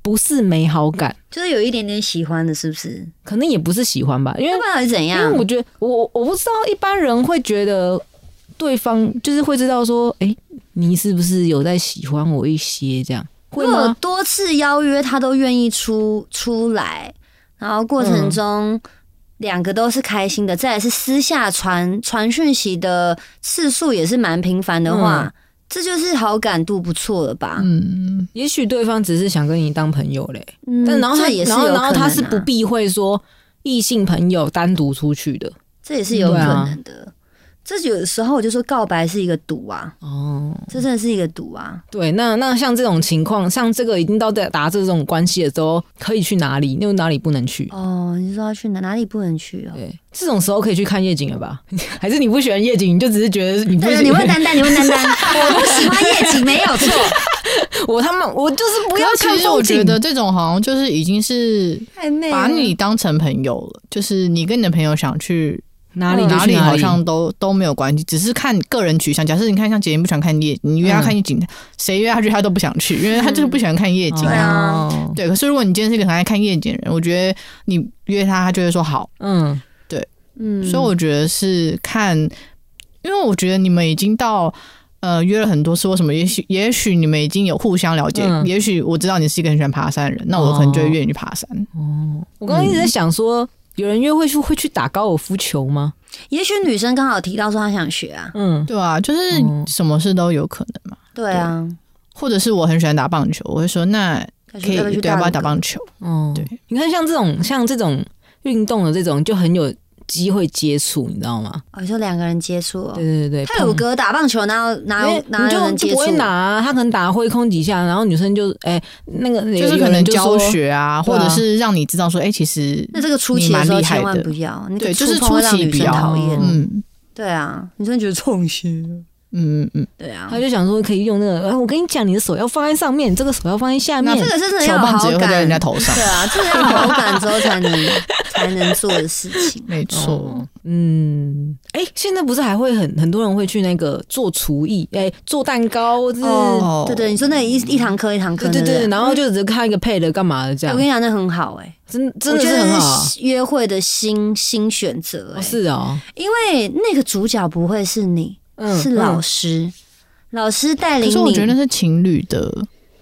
[SPEAKER 3] 不是没好感，
[SPEAKER 1] 就是有一点点喜欢的，是不是？
[SPEAKER 3] 可能也不是喜欢吧，因为
[SPEAKER 1] 要不然会怎
[SPEAKER 3] 因
[SPEAKER 1] 样？
[SPEAKER 3] 为我觉得我我我不知道一般人会觉得对方就是会知道说，哎、你是不是有在喜欢我一些这样？会
[SPEAKER 1] 如果
[SPEAKER 3] 吗？
[SPEAKER 1] 多次邀约他都愿意出出来，然后过程
[SPEAKER 3] 嗯
[SPEAKER 1] 中两个都是开心的，再来是私下传传讯息的次数也是蛮频繁的话，
[SPEAKER 3] 嗯
[SPEAKER 1] 这就是好感度不错了吧？
[SPEAKER 2] 嗯，
[SPEAKER 3] 也许对方只是想跟你当朋友嘞、
[SPEAKER 1] 嗯，
[SPEAKER 3] 但然后他
[SPEAKER 1] 这也是
[SPEAKER 3] 然后
[SPEAKER 1] 有
[SPEAKER 3] 然后
[SPEAKER 1] 可
[SPEAKER 3] 他
[SPEAKER 1] 能
[SPEAKER 3] 是
[SPEAKER 1] 啊
[SPEAKER 3] 不，避讳说异性朋友单独出去的
[SPEAKER 1] 这也是有可
[SPEAKER 3] 对啊
[SPEAKER 1] 能的。这有时候我就说告白是一个赌啊，
[SPEAKER 3] 哦。
[SPEAKER 1] 这真的是一个赌啊。
[SPEAKER 3] 对，那那像这种情况，像这个已经到达达这种关系的时候，可以去哪里？又哪里不能去？
[SPEAKER 1] 哦，你说要去哪哪里不能
[SPEAKER 2] 啊
[SPEAKER 1] 去哦？
[SPEAKER 3] 对，这种时候可以去看夜景了吧？ <laughs> 还是你不喜欢夜景，你就只是觉得你不
[SPEAKER 1] 对，啊
[SPEAKER 3] 喜
[SPEAKER 1] 你
[SPEAKER 3] 欢
[SPEAKER 1] 问？丹丹，你问丹丹， <laughs> 我不喜欢夜景，没有错。
[SPEAKER 3] <laughs> 我他妈，我就是不要
[SPEAKER 2] 可是
[SPEAKER 3] 看
[SPEAKER 2] 其实我
[SPEAKER 3] 风景。
[SPEAKER 2] 觉得这种好像就是已经是
[SPEAKER 1] 太累
[SPEAKER 2] 把你当成朋友了，就是你跟你的朋友想去
[SPEAKER 3] 哪里就去
[SPEAKER 2] 哪
[SPEAKER 3] 嗯哪
[SPEAKER 2] 里好像都都没有关系，只是看个人取向。假设你看像杰林不喜欢看夜，你约他看夜景，谁约他去他都不想去，因为他就是不喜欢看夜景
[SPEAKER 1] 对
[SPEAKER 2] 啊。
[SPEAKER 1] 啊
[SPEAKER 3] 哦
[SPEAKER 2] 对，可是如果你今天是一个很爱看夜景的人，我觉得你约他，他就会说好。
[SPEAKER 3] 嗯，
[SPEAKER 1] 嗯
[SPEAKER 2] 所以我觉得是看，因为我觉得你们已经到。呃，约了很多次，为什么？也许，也许你们已经有互相了解，
[SPEAKER 3] 嗯
[SPEAKER 2] 也许我知道你是一个很喜欢爬山的人，那我可能就会约你去爬山。
[SPEAKER 3] 我刚刚一直在想说，有人约会去会去打高尔夫球吗？
[SPEAKER 1] 也许女生刚好提到说她想学啊，
[SPEAKER 3] 嗯，
[SPEAKER 2] 对啊，就是
[SPEAKER 3] 嗯
[SPEAKER 2] 什么事都有可能嘛。
[SPEAKER 1] 对啊，
[SPEAKER 2] 或者是我很喜欢打棒球，我会说那
[SPEAKER 1] 可
[SPEAKER 2] 可以
[SPEAKER 1] 要不要去
[SPEAKER 2] 对，要不要打
[SPEAKER 1] 陆
[SPEAKER 2] 棒球？
[SPEAKER 1] 嗯
[SPEAKER 3] 哦，
[SPEAKER 2] 对，
[SPEAKER 3] 你看像这种像这种运动的这种，就很有机会接触，你知道吗？
[SPEAKER 1] 哦，你说两个人接触哦
[SPEAKER 3] 对，对对，
[SPEAKER 1] 泰鲁格打棒球哪有哪
[SPEAKER 3] 因
[SPEAKER 1] 有
[SPEAKER 3] 为
[SPEAKER 1] 哪有人
[SPEAKER 3] 你
[SPEAKER 1] 接
[SPEAKER 3] 就就不
[SPEAKER 1] 触
[SPEAKER 3] 会？拿啊、他可能打挥空几下，然后女生就哎、那个
[SPEAKER 2] 就是可能教，学啊，
[SPEAKER 3] 对
[SPEAKER 2] 或
[SPEAKER 3] 啊
[SPEAKER 2] 者是让你知道说，哎，其实
[SPEAKER 1] 那这个初期的时候
[SPEAKER 2] 你蛮厉害
[SPEAKER 1] 千
[SPEAKER 2] 的
[SPEAKER 1] 万不要，那个
[SPEAKER 2] 对就是
[SPEAKER 1] 触碰会让
[SPEAKER 2] 初期
[SPEAKER 1] 女
[SPEAKER 2] 不
[SPEAKER 1] 生
[SPEAKER 2] 要
[SPEAKER 1] 讨厌。
[SPEAKER 2] 嗯
[SPEAKER 1] 对啊，女生觉得冲心。
[SPEAKER 2] 嗯嗯
[SPEAKER 1] 对啊
[SPEAKER 3] 他，就想说可以用那个，哎，我跟你讲，你的手要放在上面，你这个手要放在下面
[SPEAKER 1] 这，个是真
[SPEAKER 2] 嗯，
[SPEAKER 1] 的
[SPEAKER 2] 球
[SPEAKER 1] 要有
[SPEAKER 2] 棒直
[SPEAKER 1] 好
[SPEAKER 2] 接会在
[SPEAKER 1] 感
[SPEAKER 2] 人，家头上
[SPEAKER 1] 对，啊，这个要有好感之后才能才能做的事情。
[SPEAKER 2] <laughs> 没错
[SPEAKER 3] 哦。嗯，哎、现在不是还会很很多人会去那个做厨艺，哎、做蛋糕，或是、
[SPEAKER 2] 哦
[SPEAKER 1] 对对，你说那一一堂课一堂课，
[SPEAKER 3] 对对
[SPEAKER 1] 不
[SPEAKER 3] 对，然后就只是看一个配的干嘛的这
[SPEAKER 1] 哎
[SPEAKER 3] 样
[SPEAKER 1] 嗯我跟，你讲，那很好哎，
[SPEAKER 3] 真真
[SPEAKER 1] 我
[SPEAKER 3] 的
[SPEAKER 1] 觉
[SPEAKER 3] 是很
[SPEAKER 1] 得
[SPEAKER 3] 好啊，
[SPEAKER 1] 是约会的新新选择
[SPEAKER 3] 哦
[SPEAKER 1] 哎，
[SPEAKER 3] 是哦，
[SPEAKER 1] 因为那个主角不会是你，
[SPEAKER 3] 嗯，
[SPEAKER 1] 是老
[SPEAKER 3] 嗯
[SPEAKER 1] 师，老师带领
[SPEAKER 2] 可
[SPEAKER 1] 你。
[SPEAKER 2] 是我觉得那是情侣的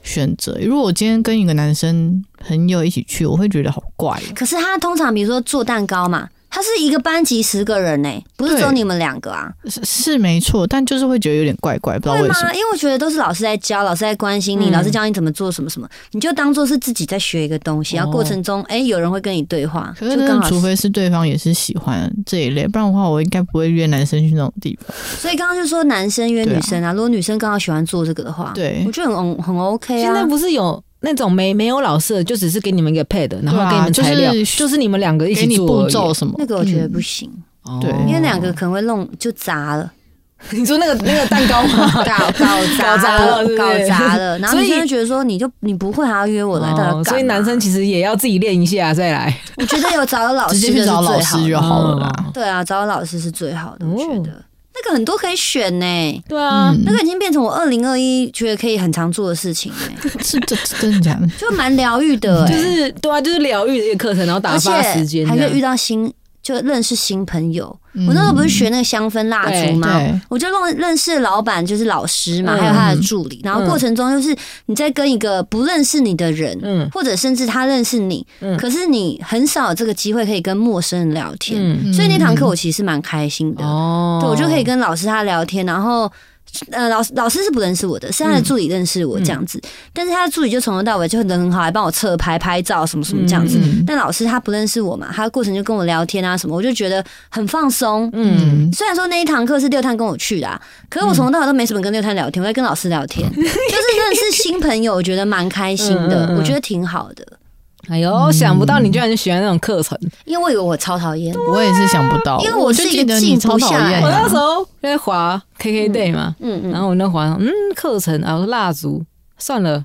[SPEAKER 2] 选择。如果我今天跟一个男生朋友一起去，我会觉得好怪哦。
[SPEAKER 1] 可是他通常比如说做蛋糕嘛，他是一个班级十个人呢、哎不是
[SPEAKER 2] 对
[SPEAKER 1] 只有你们两个啊？
[SPEAKER 2] 是是没错，但就是会觉得有点怪怪，不知道
[SPEAKER 1] 会
[SPEAKER 2] 为什么
[SPEAKER 1] 吗？。因为我觉得都是老师在教，老师在关心你，
[SPEAKER 3] 嗯
[SPEAKER 1] 老师教你怎么做什么什么，你就当做是自己在学一个东西，然后
[SPEAKER 3] 哦
[SPEAKER 1] 过程中哎、有人会跟你对话，
[SPEAKER 2] 可
[SPEAKER 1] 就是刚
[SPEAKER 2] 真
[SPEAKER 1] 好
[SPEAKER 2] 的，除非是对方也是喜欢这一类，不然的话，我应该不会约男生去那种地方。
[SPEAKER 1] 所以刚刚就说男生约
[SPEAKER 2] 对啊
[SPEAKER 1] 女生啊，如果女生刚好喜欢做这个的话，，
[SPEAKER 2] 对
[SPEAKER 1] 啊我，觉得很很 OK
[SPEAKER 3] 现在
[SPEAKER 1] 啊。
[SPEAKER 3] 不是有那种没没有老师的，就只是给你们一个 pad，然后
[SPEAKER 2] 对啊
[SPEAKER 3] 给你们材料，
[SPEAKER 2] 就
[SPEAKER 3] 就是是、你们两个一
[SPEAKER 2] 给
[SPEAKER 3] 起
[SPEAKER 2] 你
[SPEAKER 3] 做
[SPEAKER 2] 步
[SPEAKER 3] 而已
[SPEAKER 2] 骤，什么
[SPEAKER 1] 那个我觉得
[SPEAKER 2] 嗯
[SPEAKER 1] 不行，
[SPEAKER 3] 哦
[SPEAKER 2] 对
[SPEAKER 1] 因为两个可能会弄就砸了。
[SPEAKER 3] <laughs> 你说那个那个蛋糕吗？
[SPEAKER 1] 搞搞砸
[SPEAKER 3] <laughs> 搞砸
[SPEAKER 1] 了
[SPEAKER 3] 了是不，是
[SPEAKER 1] <laughs> 搞砸了。然后
[SPEAKER 3] 所以
[SPEAKER 1] 女生就觉得说，你就你不会还要 <laughs> 约我来，到底要
[SPEAKER 3] 哦
[SPEAKER 1] 干嘛
[SPEAKER 3] 所以男生其实也要自己练一下再来。
[SPEAKER 1] 我觉得有找有老
[SPEAKER 3] <laughs>
[SPEAKER 2] 直
[SPEAKER 1] 师
[SPEAKER 2] 接
[SPEAKER 1] 的
[SPEAKER 2] 去
[SPEAKER 1] 是
[SPEAKER 2] 找老
[SPEAKER 1] 最
[SPEAKER 2] 师
[SPEAKER 1] 好
[SPEAKER 2] 就
[SPEAKER 1] 的。
[SPEAKER 2] 好了啦。
[SPEAKER 1] 对啊，找老师是最好的，我觉
[SPEAKER 3] 哦
[SPEAKER 1] 得那个很多可以选呢、
[SPEAKER 3] 对啊，
[SPEAKER 2] 嗯
[SPEAKER 1] 那 <laughs> 个已经变成我二零二一觉得可以很常做的事情、
[SPEAKER 3] <laughs>
[SPEAKER 1] 欸，
[SPEAKER 2] 是这这真的假的？
[SPEAKER 1] 就蛮疗愈的、欸，
[SPEAKER 3] 就是对啊，就是疗愈的一个课程，然后打
[SPEAKER 1] 而且
[SPEAKER 3] 发时间这
[SPEAKER 1] 还
[SPEAKER 3] 样，
[SPEAKER 1] 可以遇到新，就认识新朋友。
[SPEAKER 2] 嗯
[SPEAKER 1] 我那时候不是学那个香氛蜡烛吗？
[SPEAKER 2] 对，
[SPEAKER 1] 我就认认识老板，就是老师嘛，
[SPEAKER 3] 嗯
[SPEAKER 1] 还有他的助理。然后过程中就是你在跟一个不认识你的人，
[SPEAKER 3] 嗯
[SPEAKER 1] 或者甚至他认识你，
[SPEAKER 3] 嗯
[SPEAKER 1] 可是你很少有这个机会可以跟陌生人聊天。
[SPEAKER 3] 嗯
[SPEAKER 1] 所以那堂课我其实蛮开心的，
[SPEAKER 3] 哦
[SPEAKER 1] 嗯对我就可以跟老师他聊天，然后。呃，老师老师是不认识我的，是
[SPEAKER 3] 嗯
[SPEAKER 1] 他的助理认识我这样子，但是他的助理就从头到尾就人很好，还帮我侧拍、拍照什么什么这样子。
[SPEAKER 2] 嗯
[SPEAKER 1] 但老师他不认识我嘛，他过程就跟我聊天啊什么，我就觉得很放松。
[SPEAKER 3] 嗯，
[SPEAKER 1] 虽然说那一堂课是六探跟我去的、啊，可是我从头到尾都没什么跟六探聊天，我在跟老师聊
[SPEAKER 3] <laughs>
[SPEAKER 1] 天，就是认识新朋友，我觉得蛮开心的
[SPEAKER 3] 嗯嗯，嗯
[SPEAKER 1] 我觉得挺好的。
[SPEAKER 3] 哎
[SPEAKER 1] 嗯
[SPEAKER 3] 呦，想不到你居然就喜欢那种课程。
[SPEAKER 1] 因为我以为我超讨厌，
[SPEAKER 3] 啊
[SPEAKER 2] 我也是想不到，
[SPEAKER 1] 因为我
[SPEAKER 2] 我
[SPEAKER 1] 是
[SPEAKER 2] 就
[SPEAKER 1] 一个
[SPEAKER 2] 记得你
[SPEAKER 1] 静不
[SPEAKER 2] 超讨
[SPEAKER 1] 下来
[SPEAKER 2] 厌啊
[SPEAKER 1] 对
[SPEAKER 3] 我
[SPEAKER 1] 的
[SPEAKER 3] 那时
[SPEAKER 2] 的，
[SPEAKER 3] 候在滑 KK Day 嘛，
[SPEAKER 1] 嗯哎嗯，
[SPEAKER 3] 然后我那滑，嗯，课程啊，蜡烛，算了，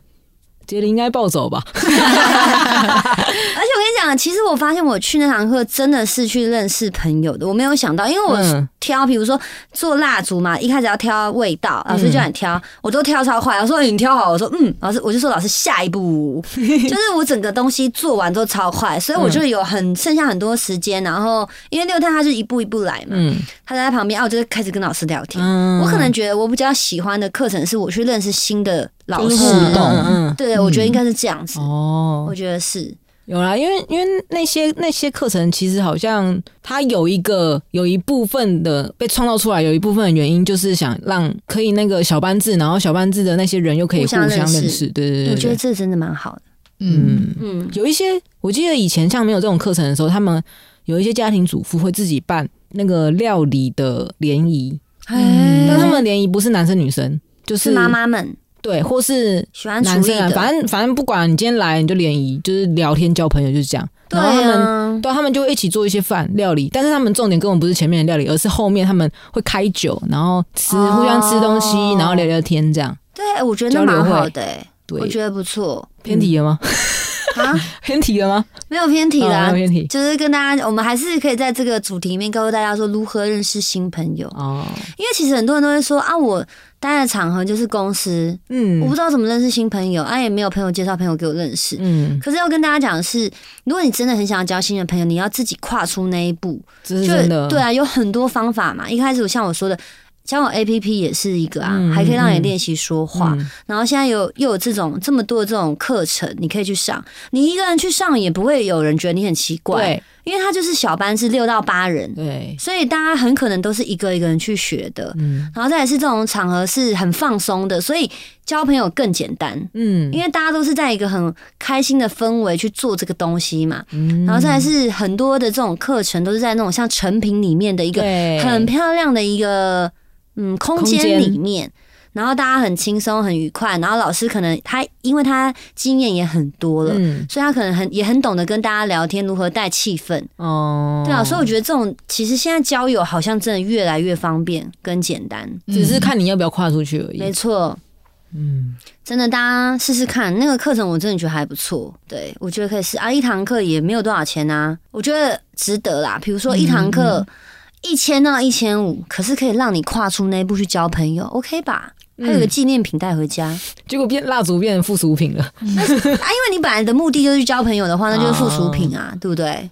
[SPEAKER 3] 杰林应该暴走吧？
[SPEAKER 1] 而且我跟你讲，啊其实我发现我去那堂课真的是去认识朋友的，我没有想到，因为我
[SPEAKER 3] 嗯
[SPEAKER 1] 挑，比如说做蜡烛嘛，一开始要挑味道，老师就让你
[SPEAKER 3] 嗯
[SPEAKER 1] 挑，我都挑超快，我说、欸你挑好，我说嗯，老师我就说老师下一
[SPEAKER 3] <laughs>
[SPEAKER 1] 步，就是我整个东西做完都超快，所以我就
[SPEAKER 3] 嗯
[SPEAKER 1] 有很剩下很多时间，然后因为六探他是一步一步来嘛，
[SPEAKER 3] 嗯
[SPEAKER 1] 他在旁边，啊，我就开始跟老师聊天。
[SPEAKER 3] 嗯
[SPEAKER 1] 我可能觉得我比较喜欢的课程是我去认识新的老师，
[SPEAKER 2] 就是互动
[SPEAKER 3] 嗯嗯
[SPEAKER 1] 对，我觉得应该是这样子，
[SPEAKER 3] 嗯哦
[SPEAKER 1] 我，觉得是，
[SPEAKER 3] 有啦，因为因为那些那些课程其实好像它有一个有一部分的被创造出来，有一部分的原因就是想让可以那个小班制，然后小班制的那些人又可以
[SPEAKER 1] 互
[SPEAKER 3] 互
[SPEAKER 1] 相
[SPEAKER 3] 相认
[SPEAKER 1] 认识
[SPEAKER 3] 识，对对对
[SPEAKER 1] 我觉
[SPEAKER 3] 对
[SPEAKER 1] 得
[SPEAKER 3] 对，
[SPEAKER 1] 这真的蛮好的。
[SPEAKER 2] 嗯，
[SPEAKER 1] 嗯，
[SPEAKER 3] 有一些我记得以前像没有这种课程的时候，他们有一些家庭主妇会自己办那个料理的联谊，
[SPEAKER 1] 哎
[SPEAKER 3] 但
[SPEAKER 1] 但
[SPEAKER 3] 他
[SPEAKER 1] 他
[SPEAKER 3] 们
[SPEAKER 1] 们
[SPEAKER 3] 的联谊不是男生女生，就是
[SPEAKER 1] 是妈妈们
[SPEAKER 3] 对，或是
[SPEAKER 1] 喜欢处
[SPEAKER 3] 男
[SPEAKER 1] 理
[SPEAKER 3] 生啊，
[SPEAKER 1] 的，
[SPEAKER 3] 反正反正不管你今天来，你就联谊，就是聊天交朋友就是这样。
[SPEAKER 1] 对
[SPEAKER 3] 然后他们
[SPEAKER 1] 啊，
[SPEAKER 3] 对啊，他们就会一起做一些饭料理，但是他们重点根本不是前面的料理，而是后面他们会开酒，然后吃、
[SPEAKER 1] 哦
[SPEAKER 3] 互相吃东西，然后聊聊天这样。
[SPEAKER 1] 对，我觉得
[SPEAKER 3] 交
[SPEAKER 1] 那
[SPEAKER 3] 流
[SPEAKER 1] 蛮
[SPEAKER 3] 会
[SPEAKER 1] 好的、欸，我
[SPEAKER 3] 对，
[SPEAKER 1] 觉得不错
[SPEAKER 3] 偏题了吗？
[SPEAKER 1] 啊，
[SPEAKER 3] 偏题了吗？
[SPEAKER 1] 没有偏题啦
[SPEAKER 3] <laughs> 哦、。没有偏题
[SPEAKER 1] 就是跟大家，我们还是可以在这个主题里面告诉大家说如何认识新朋友，
[SPEAKER 3] 哦。
[SPEAKER 1] 因为其实很多人都会说啊，我待的场合就是公司，
[SPEAKER 3] 嗯
[SPEAKER 1] 我不知道怎么认识新朋友，啊，也没有朋友介绍朋友给我认识。
[SPEAKER 3] 嗯，
[SPEAKER 1] 可是要跟大家讲的是，如果你真的很想要交新的朋友，你要自己跨出那一步，
[SPEAKER 3] 这是
[SPEAKER 1] 就
[SPEAKER 3] 真的。
[SPEAKER 1] 对啊，有很多方法嘛。一开始我像我说的，交友 A P P 也是一个啊，
[SPEAKER 3] 嗯
[SPEAKER 1] 还可以让你
[SPEAKER 3] 嗯
[SPEAKER 1] 练习说话。
[SPEAKER 3] 嗯
[SPEAKER 1] 然后现在有又有这种这么多这种课程，你可以去上。你一个人去上也不会有人觉得你很奇怪，
[SPEAKER 3] 对
[SPEAKER 1] 因为它就是小班是六到八人，
[SPEAKER 3] 对，
[SPEAKER 1] 所以大家很可能都是一个一个人去学的。
[SPEAKER 3] 嗯
[SPEAKER 1] 然后再来是这种场合是很放松的，所以交朋友更简单。
[SPEAKER 3] 嗯，
[SPEAKER 1] 因为大家都是在一个很开心的氛围去做这个东西嘛，
[SPEAKER 3] 嗯
[SPEAKER 1] 然后再来是很多的这种课程都是在那种像成品里面的一个
[SPEAKER 3] 对
[SPEAKER 1] 很漂亮的一个嗯空
[SPEAKER 3] 哎空
[SPEAKER 1] 间
[SPEAKER 3] 间
[SPEAKER 1] 里面，然后大家很轻松很愉快，然后老师可能他因为他经验也很多了，
[SPEAKER 3] 嗯
[SPEAKER 1] 所以他可能很也很懂得跟大家聊天如何带气氛，
[SPEAKER 3] 哦，
[SPEAKER 1] 对啊，所以我觉得这种其实现在交友好像真的越来越方便跟简单，
[SPEAKER 3] 只是看你要不要跨出去而
[SPEAKER 1] 没
[SPEAKER 3] 已。
[SPEAKER 1] 错。
[SPEAKER 3] 嗯，
[SPEAKER 1] 真的，大家试试看那个课程，我真的觉得还不错。对我觉得可以试啊，一堂课也没有多少钱啊，我觉得值得啦。比如说一堂课一千到一千五，可是可以让你跨出那一步去交朋友，OK 吧？
[SPEAKER 3] 嗯
[SPEAKER 1] 还有个纪念品带回家、
[SPEAKER 3] 结果变蜡烛变成附属
[SPEAKER 1] <laughs>
[SPEAKER 3] 品了。
[SPEAKER 1] 啊，因为你本来的目的就是去交朋友的话，那就是附属品啊，对不
[SPEAKER 3] <laughs>
[SPEAKER 1] 对？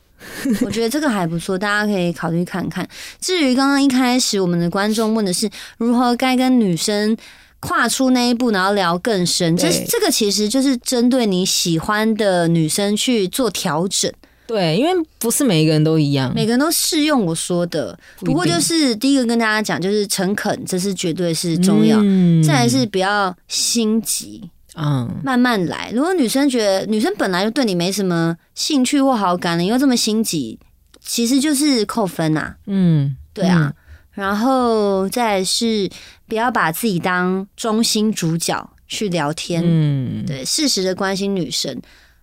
[SPEAKER 1] 我觉得这个还不错，大家可以考虑看看。至于刚刚一开始我们的观众问的是如何该跟女生跨出那一步，然后聊更深，这
[SPEAKER 3] 对
[SPEAKER 1] 这个其实就是针对你喜欢的女生去做调整，
[SPEAKER 3] 对，因为不是每一个人都一样。
[SPEAKER 1] 每个人都适用我说的。
[SPEAKER 3] 嗯一
[SPEAKER 1] 不
[SPEAKER 3] 定
[SPEAKER 1] 过就是第一个跟大家讲，就是诚恳，这是绝对是重要。
[SPEAKER 3] 嗯
[SPEAKER 1] 再来是不要心急，
[SPEAKER 3] 嗯，
[SPEAKER 1] 慢慢来。如果女生觉得女生本来就对你没什么兴趣或好感了，你又这么心急，其实就是扣分呐、
[SPEAKER 3] 嗯，
[SPEAKER 1] 对啊。然后再来是不要把自己当中心主角去聊天，
[SPEAKER 3] 嗯，
[SPEAKER 1] 对，适时的关心女生，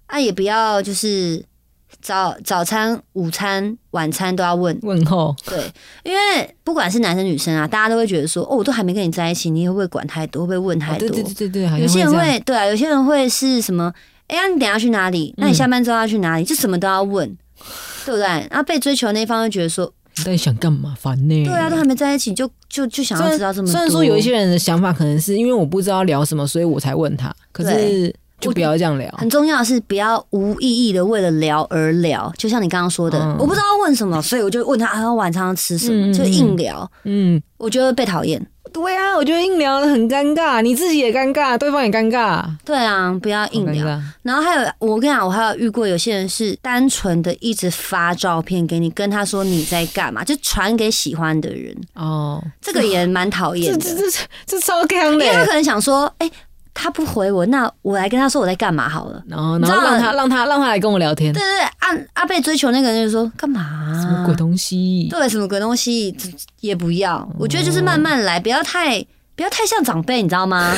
[SPEAKER 1] 啊，也不要就是早早餐、午餐、晚餐都要问，
[SPEAKER 3] 问哦候，
[SPEAKER 1] 对，因为不管是男生女生啊，大家都会觉得说，哦，我都还没跟你在一起，你会不会管太多，会不会问太
[SPEAKER 3] 哦
[SPEAKER 1] 多？
[SPEAKER 3] 对对对对对，好像
[SPEAKER 1] 有些人
[SPEAKER 3] 这样
[SPEAKER 1] 会对啊，有些人会是什么？哎、呀，你等一下去哪里？
[SPEAKER 3] 嗯
[SPEAKER 1] 那你下班之后要去哪里？就什么都要
[SPEAKER 3] <laughs>
[SPEAKER 1] 问，对不对？然后被追求的那一方就觉得说，
[SPEAKER 3] 你到底想干嘛？烦呢、
[SPEAKER 1] 对啊，都还没在一起，就就就想要知道这么多。
[SPEAKER 3] 嗯虽然说有一些人的想法可能是因为我不知道聊什么，所以我才问他，可是就不要这样聊。
[SPEAKER 1] 很重要的是不要无意义的为了聊而聊，就像你刚刚说的，
[SPEAKER 3] 嗯
[SPEAKER 1] 我不知道要问什么，所以我就问他啊，晚上要吃什么，
[SPEAKER 3] 嗯嗯嗯
[SPEAKER 1] 就硬聊，
[SPEAKER 3] 嗯，
[SPEAKER 1] 我觉得被讨厌。
[SPEAKER 3] 对啊，我觉得硬聊很尴尬，你自己也尴尬，对方也尴尬，
[SPEAKER 1] 对啊，不要硬
[SPEAKER 3] 很尴
[SPEAKER 1] 聊。
[SPEAKER 3] 尬。
[SPEAKER 1] 然后还有，我跟你讲，我还有遇过有些人是单纯的一直发照片给你，跟他说你在干嘛，就传给喜欢的人，
[SPEAKER 3] 哦，
[SPEAKER 1] 这个
[SPEAKER 3] <laughs>
[SPEAKER 1] 也蛮讨厌
[SPEAKER 3] 这
[SPEAKER 1] 的
[SPEAKER 3] 这，这这超坑
[SPEAKER 1] 因为他
[SPEAKER 3] 的。
[SPEAKER 1] 可能想说，哎、他不回我，那我来跟他说我在干嘛好了。
[SPEAKER 3] 然后，
[SPEAKER 1] 你
[SPEAKER 3] 然
[SPEAKER 1] 知
[SPEAKER 3] 后
[SPEAKER 1] 道
[SPEAKER 3] 让他让他让他来跟我聊天
[SPEAKER 1] 对，对对，阿阿贝追求那个人就说干嘛啊、
[SPEAKER 3] 什么鬼东西？
[SPEAKER 1] 对，什么鬼东西这也不
[SPEAKER 3] 哦
[SPEAKER 1] 要。我觉得就是慢慢来，不要太不要太像长辈，你知道
[SPEAKER 3] <laughs>
[SPEAKER 1] 吗？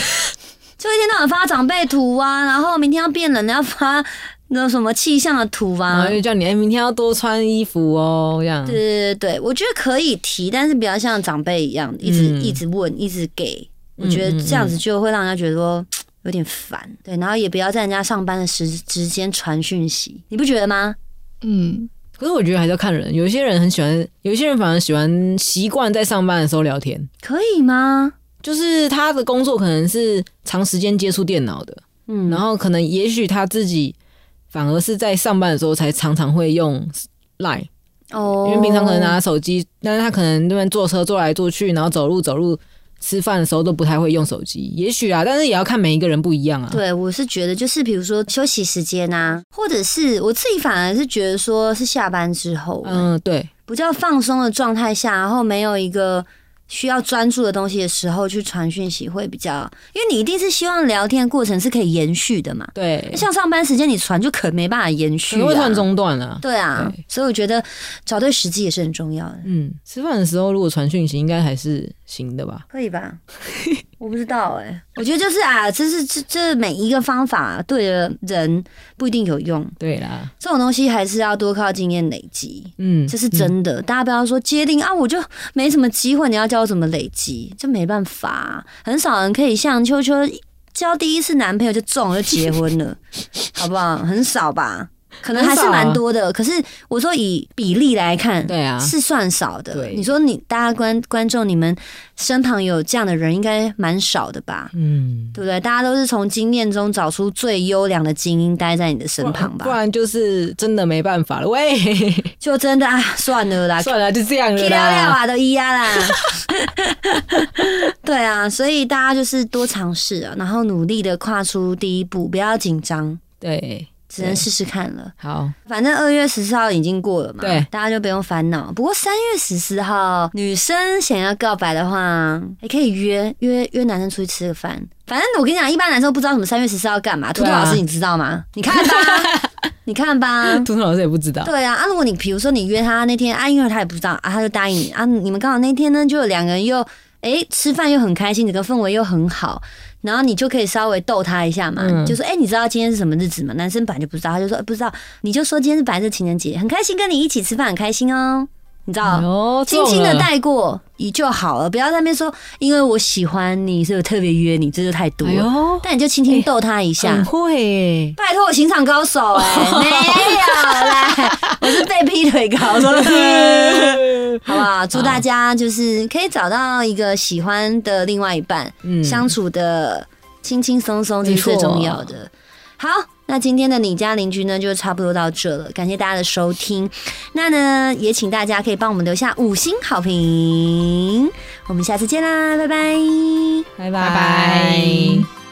[SPEAKER 1] 就一天到晚发长辈图啊，然后明天要变冷，要发那什么气象的图
[SPEAKER 3] 然
[SPEAKER 1] 啊
[SPEAKER 3] 后。又叫你哎，明天要多穿衣服哦，这样
[SPEAKER 1] 对。对对对，我觉得可以提，但是不要像长辈一样一直、
[SPEAKER 3] 嗯
[SPEAKER 1] 一直问，一直给。我
[SPEAKER 3] 嗯
[SPEAKER 1] 觉得
[SPEAKER 3] 嗯
[SPEAKER 1] 这样子就会让人家觉得说有点烦。对，然后也不要在人家上班的时时间传讯息，你不觉得吗？
[SPEAKER 2] 嗯，
[SPEAKER 3] 可是我觉得还是要看人，有一些人很喜欢，有一些人反而喜欢习惯在上班的时候聊天，
[SPEAKER 1] 可以吗？
[SPEAKER 3] 就是他的工作可能是长时间接触电脑的，
[SPEAKER 1] 嗯，
[SPEAKER 3] 然后可能也许他自己反而是在上班的时候才常常会用 Line，
[SPEAKER 1] 哦
[SPEAKER 3] 因为平常可能拿手机，但是他可能那边坐车坐来坐去，然后走路走路，吃饭的时候都不太会用手机，也许啊，但是也要看每一个人不一样啊。
[SPEAKER 1] 对，我是觉得就是比如说休息时间啊，或者是我自己反而是觉得说是下班之后，嗯，
[SPEAKER 3] 嗯，对，
[SPEAKER 1] 比较放松的状态下，然后没有一个需要专注的东西的时候去传讯息会比较，因为你一定是希望聊天的过程是可以延续的嘛。
[SPEAKER 3] 对，
[SPEAKER 1] 像上班时间你传就可没办法延
[SPEAKER 3] 可
[SPEAKER 1] 续、
[SPEAKER 3] 能
[SPEAKER 1] 啊，
[SPEAKER 3] 会突然中断啊。
[SPEAKER 1] 对啊，
[SPEAKER 3] 对
[SPEAKER 1] 所以我觉得找对时机也是很重要的，
[SPEAKER 3] 嗯，吃饭的时候如果传讯息，应该还是行的吧？
[SPEAKER 1] 可以 <laughs> 吧？我不知道哎、我觉得就是啊，这是这这每一个方法对的人不一定有用，
[SPEAKER 3] 对啦，
[SPEAKER 1] 这种东西还是要多靠经验累积，
[SPEAKER 3] 嗯，
[SPEAKER 1] 这是真的。大家不要说接定啊，我就没什么机会，你要教我怎么累积，这没办法、啊很少人可以像秋秋交第一次男朋友就中了就结婚
[SPEAKER 3] <laughs>
[SPEAKER 1] 了，好不好？很少吧，可能还是
[SPEAKER 3] 很少啊
[SPEAKER 1] 蛮多的。可是我说以比例来看，
[SPEAKER 3] 对啊，
[SPEAKER 1] 是算少的。
[SPEAKER 3] 对
[SPEAKER 1] 你说你大家观观众，你们身旁有这样的人，应该蛮少的吧？
[SPEAKER 3] 嗯，
[SPEAKER 1] 对不对？大家都是从经验中找出最优良的精英，待在你的身旁吧
[SPEAKER 3] 不。然就是真的没办法了，喂，
[SPEAKER 1] 就真的啊，算了啦，
[SPEAKER 3] 算了，就这样
[SPEAKER 1] 去
[SPEAKER 3] 了
[SPEAKER 1] 聊聊
[SPEAKER 3] 啦。
[SPEAKER 1] 啊，都一样
[SPEAKER 3] <laughs>
[SPEAKER 1] 啦。对啊，所以大家就是多尝试啊，然后努力的跨出第一步，不要紧张，
[SPEAKER 3] 对，
[SPEAKER 1] 只能试试看了。
[SPEAKER 3] 好，
[SPEAKER 1] 反正二月十四号已经过了嘛，
[SPEAKER 3] 对
[SPEAKER 1] 大家就不用烦恼。不过三月十四号，女生想要告白的话，也可以约约约男生出去吃个饭。反正我跟你讲，一般男生不知道什么三月十四号干嘛。图图
[SPEAKER 3] 对啊
[SPEAKER 1] 老师，你知道吗？你
[SPEAKER 3] <laughs>
[SPEAKER 1] 看吧，你看吧。
[SPEAKER 3] 图图老师也不知道，
[SPEAKER 1] 对啊，啊，如果你比如说你约他那天啊，因为他也不知道啊，他就答应你啊，你们刚好那天呢，就有两个人又诶吃饭又很开心，整个氛围又很好，然后你就可以稍微逗他一下嘛，
[SPEAKER 3] 嗯
[SPEAKER 1] 就说诶，你知道今天是什么日子吗？男生本来就不知道，他就说、诶不知道，你就说今天是白色情人节，很开心跟你一起吃饭，很开心哦，你知道。
[SPEAKER 3] 哦，
[SPEAKER 1] 轻轻
[SPEAKER 3] 中
[SPEAKER 1] 的
[SPEAKER 3] 了
[SPEAKER 1] 带过也就好了，不要在那边说，因为我喜欢你，所以我特别约你，这就太多
[SPEAKER 3] 哎
[SPEAKER 1] 了。
[SPEAKER 3] 呦，
[SPEAKER 1] 但你就轻轻逗他一下，
[SPEAKER 3] 很会耶，
[SPEAKER 1] 拜托，我情场高手
[SPEAKER 3] <laughs>
[SPEAKER 1] 哎、没有啦，我是被劈腿高
[SPEAKER 3] <laughs>
[SPEAKER 1] 手，好不好？祝大家就是可以找到一个喜欢的另外一半，
[SPEAKER 3] 嗯，
[SPEAKER 1] 相处的轻轻松松，这
[SPEAKER 3] 没
[SPEAKER 1] 是
[SPEAKER 3] 错
[SPEAKER 1] 最重要的。好，那今天的你家邻居呢，就差不多到这了。感谢大家的收听，那呢也请大家可以帮我们留下五星好评。我们下次见啦，拜拜。
[SPEAKER 3] 拜
[SPEAKER 2] 拜拜。